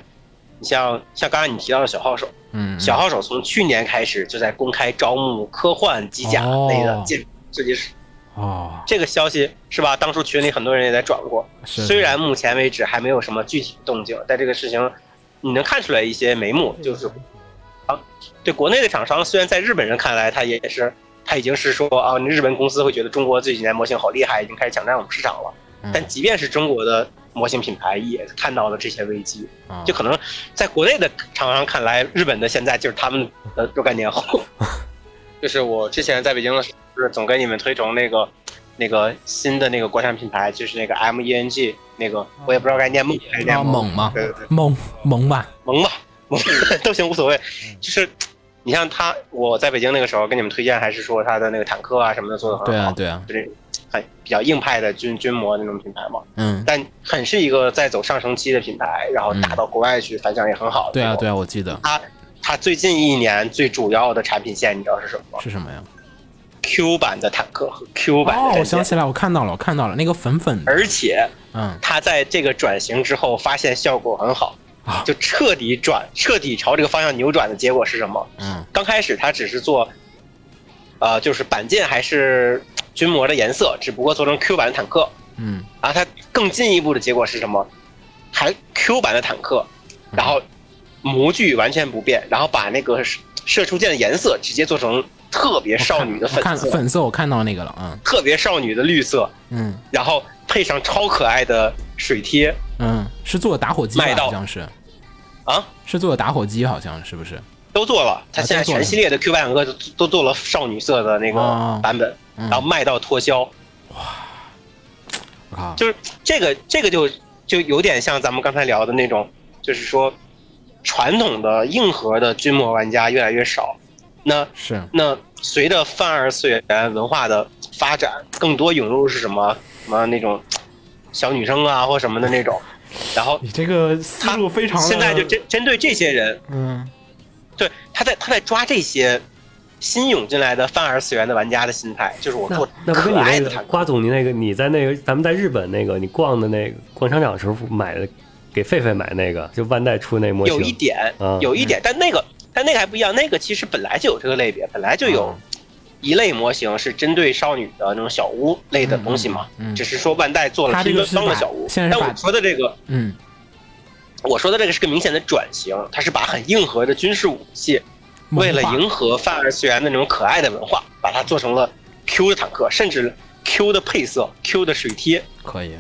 Speaker 4: 你像像刚才你提到的小号手，
Speaker 2: 嗯，
Speaker 4: 小号手从去年开始就在公开招募科幻机甲类的
Speaker 2: 哦
Speaker 4: 建设计师，
Speaker 2: 哦，
Speaker 4: 这个消息是吧？当初群里很多人也在转过，
Speaker 2: 是
Speaker 4: 虽然目前为止还没有什么具体的动静，但这个事情你能看出来一些眉目，就是啊，对国内的厂商，虽然在日本人看来，他也是他已经是说啊，日本公司会觉得中国这几年模型好厉害，已经开始抢占我们市场了。
Speaker 2: 嗯
Speaker 4: 但即便是中国的模型品牌，也看到了这些危机，
Speaker 2: 啊
Speaker 4: 就可能在国内的厂商看来，日本的现在就是他们的若干年 后。就是我之前在北京的时候，就是总跟你们推崇那个那个新的那个国产品牌，就是那个 M E N G 那个，我也不知道该念梦还是念
Speaker 2: 啊猛嘛
Speaker 4: 对对对，
Speaker 2: 萌萌吧，
Speaker 4: 萌吧，萌
Speaker 2: 嗯
Speaker 4: 都行无所谓。就是你像他，我在北京那个时候跟你们推荐，还是说他的那个坦克啊什么的做的很好，
Speaker 2: 对啊对啊，
Speaker 4: 就是很比较硬派的军军模那种品牌嘛。
Speaker 2: 嗯，
Speaker 4: 但很是一个在走上升期的品牌，然后打到国外去反响也很好的
Speaker 2: 对
Speaker 4: 那
Speaker 2: 啊
Speaker 4: 种。
Speaker 2: 对啊，我记得
Speaker 4: 它它最近一年最主要的产品线，你知道是什么吗
Speaker 2: 是什么呀？
Speaker 4: ？Q 版的坦克和 Q 版
Speaker 2: 哦，
Speaker 4: 的
Speaker 2: 我
Speaker 4: 战
Speaker 2: 想
Speaker 4: 舰。
Speaker 2: 起来，我看到了，我看到了那个粉粉的，
Speaker 4: 而且
Speaker 2: 嗯，
Speaker 4: 它在这个转型之后，发现效果很好，
Speaker 2: 啊
Speaker 4: 就彻底转，彻底朝这个方向扭转的结果是什么？
Speaker 2: 嗯，
Speaker 4: 刚开始它只是做，呃，就是板件还是军模的颜色，只不过做成 Q 版的坦克。
Speaker 2: 嗯，
Speaker 4: 然后啊它更进一步的结果是什么？还 Q 版的坦克，
Speaker 2: 嗯
Speaker 4: 然后模具完全不变，然后把那个射射出箭的颜色直接做成特别少女的
Speaker 2: 我看
Speaker 4: 粉色，
Speaker 2: 粉色我看到那个了，嗯
Speaker 4: 特别少女的绿色，
Speaker 2: 嗯
Speaker 4: 然后配上超可爱的水贴
Speaker 2: 嗯，是做打火机吧
Speaker 4: 卖到
Speaker 2: 好像是，
Speaker 4: 啊，
Speaker 2: 是做打火机好像是不是？
Speaker 4: 都做了。它现在
Speaker 2: 啊都做了
Speaker 4: 全系列的 Q 版坦克都都做了少女色的那
Speaker 2: 哦
Speaker 4: 个版本，
Speaker 2: 嗯
Speaker 4: 然后卖到脱销。
Speaker 2: 我靠，
Speaker 4: 就是这个这个就就有点像咱们刚才聊的那种，就是说传统的硬核的军模玩家越来越少，那
Speaker 2: 是
Speaker 4: 那随着泛二次元文化的发展，更多涌入是什么什么那种小女生啊或什么的那种，然后
Speaker 2: 你这个思
Speaker 4: 他
Speaker 2: 路非常的，
Speaker 4: 现在就针针对这些人，
Speaker 2: 嗯
Speaker 4: 对，他在他在抓这些新涌进来的泛二次元的玩家的心态，就是我
Speaker 3: 那
Speaker 4: 做
Speaker 3: 那不跟你
Speaker 4: 可爱
Speaker 3: 那
Speaker 4: 的
Speaker 3: 个
Speaker 4: 坦克，
Speaker 3: 瓜总，你那个你在那个咱们在日本那个你逛的那个逛商场的时候买的，给狒狒买那个就万代出那模型，
Speaker 4: 有一点
Speaker 3: 嗯，
Speaker 4: 有一点，但那个但那个还不一样，那个其实本来就有这个类别，本来就
Speaker 3: 哦
Speaker 4: 有一类模型是针对少女的那种小屋类的东西嘛，
Speaker 2: 嗯嗯
Speaker 4: 只是说万代做了
Speaker 2: 它这
Speaker 4: 新
Speaker 2: 个
Speaker 4: 的
Speaker 2: 是
Speaker 4: 帮了
Speaker 2: 把
Speaker 4: 小屋，
Speaker 2: 现在是
Speaker 4: 但
Speaker 2: 把
Speaker 4: 我说的这个
Speaker 2: 嗯，
Speaker 4: 我说的这个是个明显的转型，它是把很硬核的军事武器，
Speaker 2: 萌
Speaker 4: 为了
Speaker 2: 化
Speaker 4: 迎合泛二次元的那种可爱的文化，把它做成了 Q 的坦克，甚至 Q 的配色、Q 的水贴，
Speaker 2: 可以，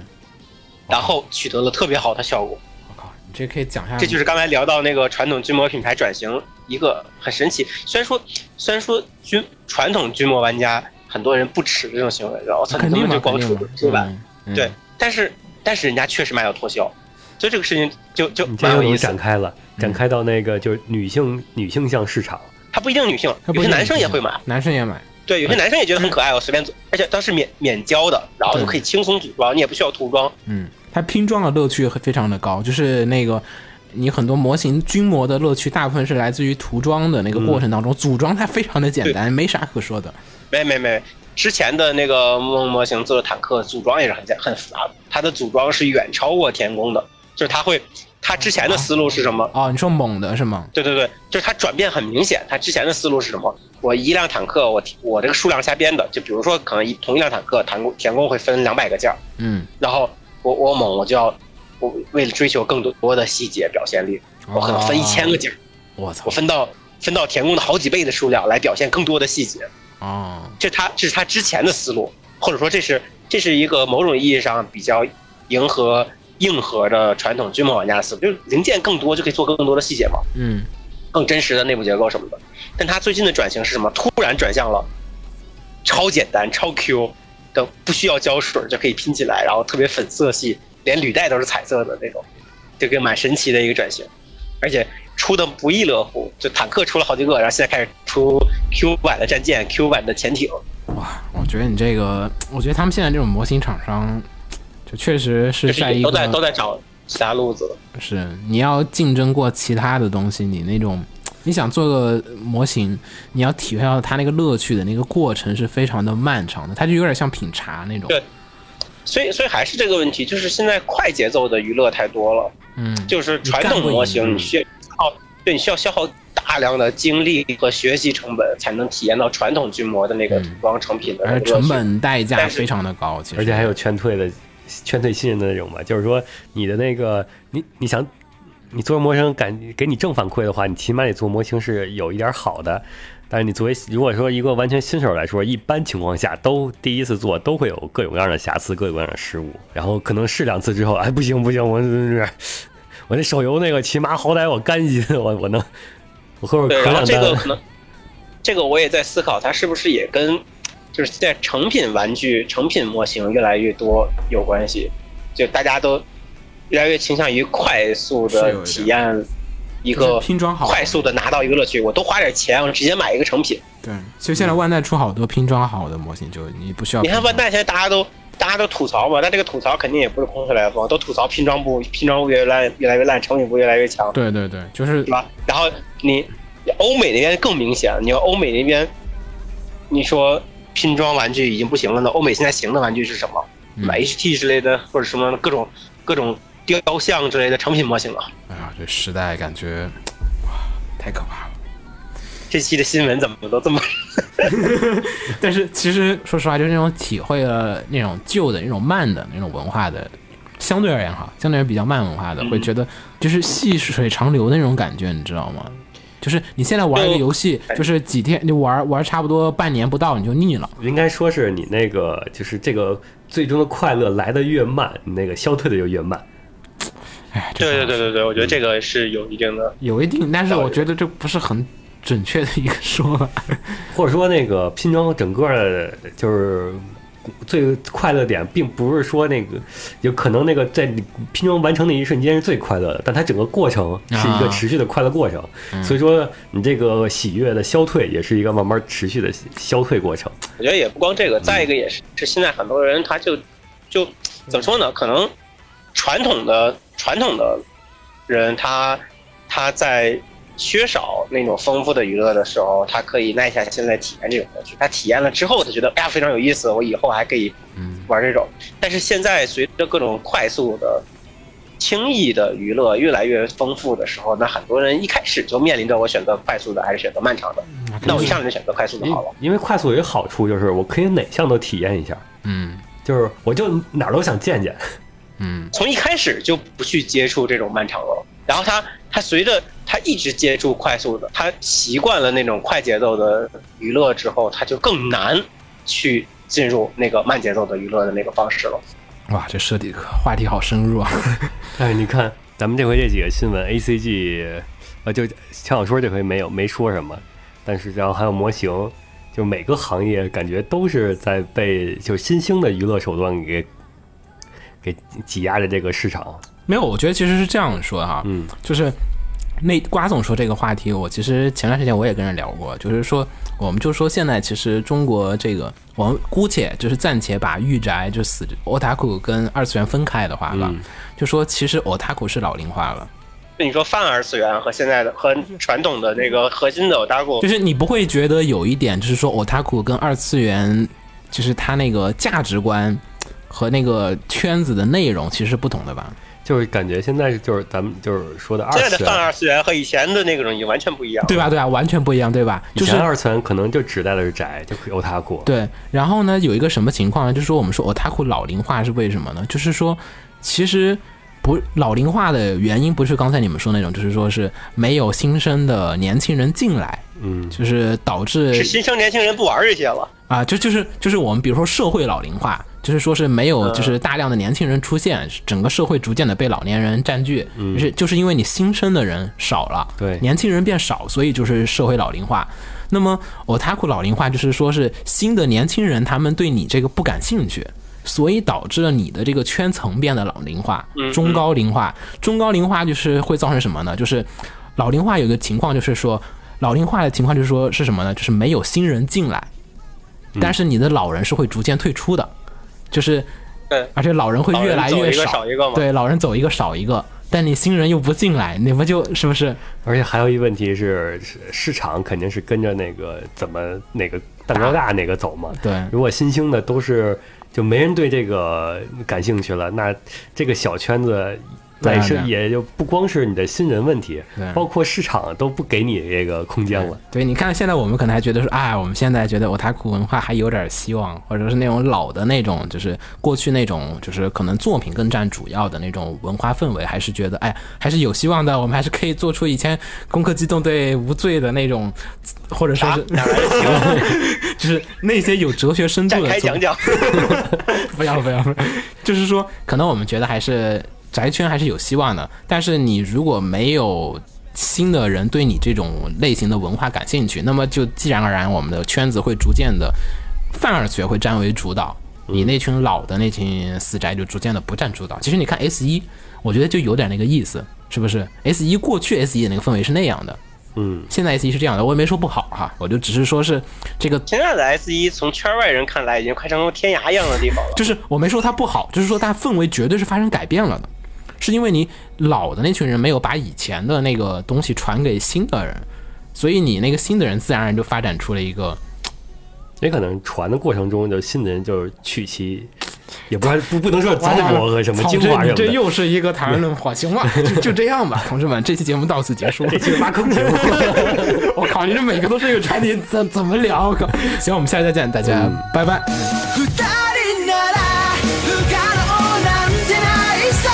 Speaker 4: 然后取得了特别好的效果。
Speaker 2: 我靠，你这可以讲一下，
Speaker 4: 这就是刚才聊到那个传统军模品牌转型一个很神奇。虽然说，虽然说军传统军模玩家很多人不耻这种行为，然后他
Speaker 2: 肯
Speaker 4: 根
Speaker 2: 定
Speaker 4: 本
Speaker 2: 嘛，
Speaker 4: 就光
Speaker 2: 肯
Speaker 4: 出
Speaker 2: 定嘛，
Speaker 4: 出版，
Speaker 2: 嗯？
Speaker 4: 对
Speaker 2: 嗯，
Speaker 4: 但是但是人家确实卖到脱销，所以这个事情就就
Speaker 3: 你这
Speaker 4: 蛮
Speaker 3: 又
Speaker 4: 有
Speaker 3: 能
Speaker 4: 意思的嗯
Speaker 3: 展。开了，展开到那个就是女性女性向市场，
Speaker 4: 它不一定女性，
Speaker 2: 它
Speaker 4: 有
Speaker 2: 不
Speaker 4: 些
Speaker 2: 仅
Speaker 4: 男生也
Speaker 2: 仅
Speaker 4: 会买。
Speaker 2: 男生也买，
Speaker 4: 对，有些男生也觉得很可爱，我随便做，而且当时免免胶的，然后就可以轻松组装，你也不需要涂装。
Speaker 2: 嗯，它拼装的乐趣会非常的高，就是那个你很多模型军模的乐趣，大部分是来自于涂装的那个过程当中，组装它非常的简单，没啥可说的。
Speaker 4: 没没没，之前的那个模模型做的坦克组装也是很简很复杂的，它的组装是远超过田宫的，就是它会，它之前的思路是什么？
Speaker 2: 哦，你说猛的是吗？
Speaker 4: 对对对，就是它转变很明显。它之前的思路是什么？我一辆坦克，我我这个数量瞎编的，就比如说可能一同一辆坦克，田宫田宫会分两百个件儿，
Speaker 2: 嗯，
Speaker 4: 然后我我猛我就要，我为了追求更多多的细节表现力，我可能分一千个件儿。
Speaker 2: 我操
Speaker 4: 我，分到分到田宫的好几倍的数量来表现更多的细节，
Speaker 2: 哦，
Speaker 4: 这是他这是他之前的思路，或者说这是这是一个某种意义上比较迎合硬核的传统军模玩家的思路，就是零件更多就可以做更多的细节嘛，
Speaker 2: 嗯，
Speaker 4: 更真实的内部结构什么的。但他最近的转型是什么？突然转向了超简单、超 Q 的，不需要胶水就可以拼起来，然后特别粉色系，连履带都是彩色的那种，这个蛮神奇的一个转型。而且出的不亦乐乎，就坦克出了好几个，然后现在开始出 Q 版的战舰、Q 版的潜艇，
Speaker 2: 哇，我觉得你这个，我觉得他们现在这种模型厂商，就确实
Speaker 4: 就是是
Speaker 2: 在一
Speaker 4: 都在都
Speaker 2: 个，
Speaker 4: 在找其他路子了。
Speaker 2: 是你要竞争过其他的东西，你那种。你想做个模型，你要体会到它那个乐趣的那个过程是非常的漫长的，它就有点像品茶那种。
Speaker 4: 对所以，所以还是这个问题，就是现在快节奏的娱乐太多了，
Speaker 2: 嗯，
Speaker 4: 就是传统模型，
Speaker 2: 你干不赢嗯
Speaker 4: 你需要对你需要消耗大量的精力和学习成本，才能体验到传统巨魔的那个
Speaker 2: 嗯
Speaker 4: 涂装成品的那
Speaker 2: 而
Speaker 4: 个
Speaker 2: 且
Speaker 4: 乐
Speaker 2: 成
Speaker 4: 趣。
Speaker 2: 本代价
Speaker 4: 但是
Speaker 2: 非常的高，其实
Speaker 3: 而且还有劝退的劝退新人的那种吧，就是说你的那个你你想。你做模型感给你正反馈的话，你起码得做模型是有一点好的。但是你作为如果说一个完全新手来说，一般情况下都第一次做都会有各种各样的瑕疵，各种各样的失误。然后可能试两次之后，哎，不行不行，我我那手游那个起码好歹我干一斤，我我能我后边
Speaker 4: 对，
Speaker 3: 可
Speaker 4: 然后
Speaker 3: 两
Speaker 4: 这
Speaker 3: 单
Speaker 4: 个可能，这个我也在思考，它是不是也跟就是现在成品玩具、成品模型越来越多有关系？就大家都越来越倾向于快速
Speaker 2: 是有一
Speaker 4: 的
Speaker 2: 点
Speaker 4: 体验一
Speaker 2: 就是
Speaker 4: 个
Speaker 2: 拼装好
Speaker 4: 快速的拿到一个乐趣。我多花点钱，我直接买一个成品。
Speaker 2: 对，所以现在万代出好多拼装好的模型，就你不需要
Speaker 4: 你看
Speaker 2: 拼装
Speaker 4: 万代现在大家都大家都吐槽嘛，但这个吐槽肯定也不是空穴来风，都吐槽拼装部拼装部越来越来越烂，成品部越来越强。
Speaker 2: 对对对，就是
Speaker 4: 对吧？然后你欧美那边更明显，你欧美那边，你说拼装玩具已经不行了呢，欧美现在行的玩具是什么？
Speaker 2: 嗯
Speaker 4: 买 HT 之类的，或者什么各种各种雕像之类的成品模型啊。
Speaker 2: 哎呀，这时代感觉哇太可 怕了。
Speaker 4: 这期的新闻怎么都这么
Speaker 2: 但是其实说实话，就是那种体会了那种旧的那种慢的那种文化的，相对而言哈，相对而言比较慢文
Speaker 4: 嗯
Speaker 2: 化的，会觉得就是细水长流的那种感觉，你知道吗？就是你现在玩一个
Speaker 4: 就哎
Speaker 2: 游戏，就是几天就玩玩差不多半年不到你就腻了。
Speaker 3: 应该说是你那个，就是这个最终的快乐来的越慢，你那个消退的就越慢。
Speaker 2: 哎，这
Speaker 4: 对对
Speaker 2: 种
Speaker 4: 对对对，我觉得这个是有一定的。
Speaker 2: 有一定，但是
Speaker 4: 道理
Speaker 2: 我觉得这不是很准确的一个说法。
Speaker 3: 或者说那个拼装整个的，就是最快乐点，并不是说那个有可能那个在你拼装完成那一瞬间是最快乐的，但它整个过程是一个持续的快乐过程。
Speaker 4: 嗯
Speaker 3: 所以说你这个喜悦的消退也是一个慢慢持续的消退过程。
Speaker 4: 我觉得也不光这个，再一个也是是现在很多人他就就怎么说呢？可能传统的传统的人他他在缺少那种丰富的娱乐的时候，他可以耐下心来体验这种乐趣。他体验了之后，他觉得哎呀非常有意思，我以后还可以
Speaker 2: 嗯
Speaker 4: 玩这种。但是现在随着各种快速的、轻易的娱乐越来越丰富的时候，那很多人一开始就面临着我选择快速的还是选择漫长的。那我一上来就选择快速的
Speaker 3: 因
Speaker 4: 好了。
Speaker 3: 因为快速有一个好处就是我可以哪项都体验一下，
Speaker 2: 嗯
Speaker 3: 就是我就哪儿都想见见。
Speaker 2: 嗯
Speaker 4: 从一开始就不去接触这种漫长了。然后他他随着他一直接触快速的，他习惯了那种快节奏的娱乐之后，他就更难去进入那个慢节奏的娱乐的那个方式了。
Speaker 2: 哇，这设计话题好深入啊！
Speaker 3: 哎，你看咱们这回这几个新闻，A C G，呃，就强小说这回没有没说什么，但是然后还有模型，就每个行业感觉都是在被就新兴的娱乐手段给给挤压着这个市场。
Speaker 2: 没有，我觉得其实是这样说哈，
Speaker 3: 嗯，
Speaker 2: 就是那瓜总说这个话题，我其实前段时间我也跟人聊过，就是说，我们就说现在其实中国这个，我们姑且就是暂且把御宅就死 otaku 跟二次元分开的话吧，
Speaker 3: 嗯
Speaker 2: 就说其实 otaku 是老龄化了，
Speaker 4: 那你说泛二次元和现在的和传统的那个核心的 otaku
Speaker 2: 就是你不会觉得有一点，就是说 otaku 跟二次元，就是它那个价值观和那个圈子的内容其实是不同的吧？
Speaker 3: 就是感觉现在就是咱们就是说的二
Speaker 4: 现在
Speaker 3: 次
Speaker 4: 的泛
Speaker 3: 元，
Speaker 4: 二次元和以前的那个种已经完全不一样了。
Speaker 2: 对吧？对吧？完全不一样，对吧？
Speaker 3: 哦以
Speaker 2: 就是
Speaker 3: 前二次元可能就指代的是宅，就有他酷。
Speaker 2: 对，然后呢，有一个什么情况呢？就是说我们说 otaku 老龄化是为什么呢？就是说，其实不老龄化的原因不是刚才你们说那种，就是说是没有新生的年轻人进来，
Speaker 3: 嗯，
Speaker 2: 就是导
Speaker 4: 是
Speaker 2: 致
Speaker 4: 新生年轻人不玩这些了，
Speaker 2: 啊，就就是就是我们比如说社会老龄化，就是说是没有就是大量的年轻人出现，整个社会逐渐的被老年人占据，就是就是因为你新生的人少了，
Speaker 3: 对
Speaker 2: 年轻人变少，所以就是社会老龄化。那么 otaku 老龄化就是说是新的年轻人他们对你这个不感兴趣。所以导致了你的这个圈层变得老龄化、中高龄化。中高龄化就是会造成什么呢？就是老龄化有一个情况，就是说老龄化的情况就是说是什么呢？就是没有新人进来，但是你的老人是会逐渐退出的，就是
Speaker 4: 对，
Speaker 2: 而且老人会越来
Speaker 4: 老
Speaker 2: 越
Speaker 4: 人走一个
Speaker 2: 少，
Speaker 4: 少一个嘛
Speaker 2: 对，老人走一个少一个，但你新人又不进来，你不就是不是
Speaker 3: 而且还有一个问题是，市市场肯定是跟着那个怎么哪个蛋糕大哪个走嘛。
Speaker 2: 对
Speaker 3: 如果新兴的都是就没人对这个感兴趣了，那这个小圈子
Speaker 2: 对啊
Speaker 3: 本身
Speaker 2: 对啊
Speaker 3: 也就不光是你的新人问题
Speaker 2: 对，
Speaker 3: 包括市场都不给你这个空间了。
Speaker 2: 对，你看现在我们可能还觉得说，哎，我们现在觉得 otaku 文化还有点希望，或者是那种老的那种，就是过去那种，就是可能作品更占主要的那种文化氛围，还是觉得哎，还是有希望的，我们还是可以做出以前《攻壳机动队》无罪的那种，或者说是，就是那些有哲学深度
Speaker 4: 展
Speaker 2: 的
Speaker 4: 开
Speaker 2: 作
Speaker 4: 讲讲。
Speaker 2: 不要不要，不要，就是说，可能我们觉得还是宅圈还是有希望的，但是你如果没有新的人对你这种类型的文化感兴趣，那么就自然而然我们的圈子会逐渐的泛二次元会占为主导，你那群老的那群死宅就逐渐的不占主导。其实你看 S 一，我觉得就有点那个意思，是不是？S 一过去 S 一的那个氛围是那样的。
Speaker 3: 嗯，
Speaker 2: 现在 S 一是这样的，我也没说不好哈，我就只是说是这个
Speaker 4: 现在的 S 一从圈外人看来已经快成天涯一样的地方了。
Speaker 2: 就是我没说它不好，就是说它氛围绝对是发生改变了的，是因为你老的那群人没有把以前的那个东西传给新的人，所以你那个新的人自然而然就发展出了一个，
Speaker 3: 也可能传的过程中，就新人就是去其，也不不不 能说糟粕和什么精华什么
Speaker 2: 这
Speaker 3: 的，
Speaker 2: 又是一个谈论话，行吧，就就这样吧，同志们，这期节目到此结束。
Speaker 3: 这就是挖坑节目。
Speaker 2: 我靠，你这每个都是一个传题，怎怎么聊？我靠，行，我们下期再见，大
Speaker 3: 嗯
Speaker 2: 家、拜拜。
Speaker 1: 二人なら不可能なんてないさ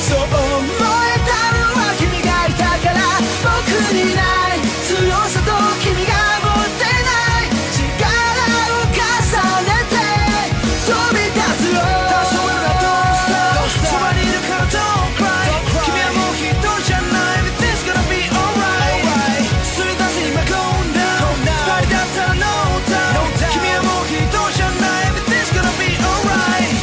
Speaker 1: そう思えたのは君がいたから僕にない強さと君が持ってない力を重ねて飛び立つよそばにいるから Don't cry 君はもう一人じゃない Everything's gonna be alright すり出せ今 Go now 二人だったら No doubt 君はもう一人じゃない Everything's gonna be alright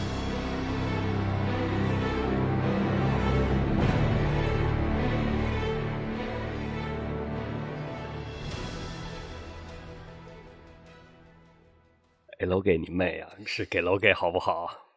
Speaker 3: 给楼给你妹啊！是给楼给好不好？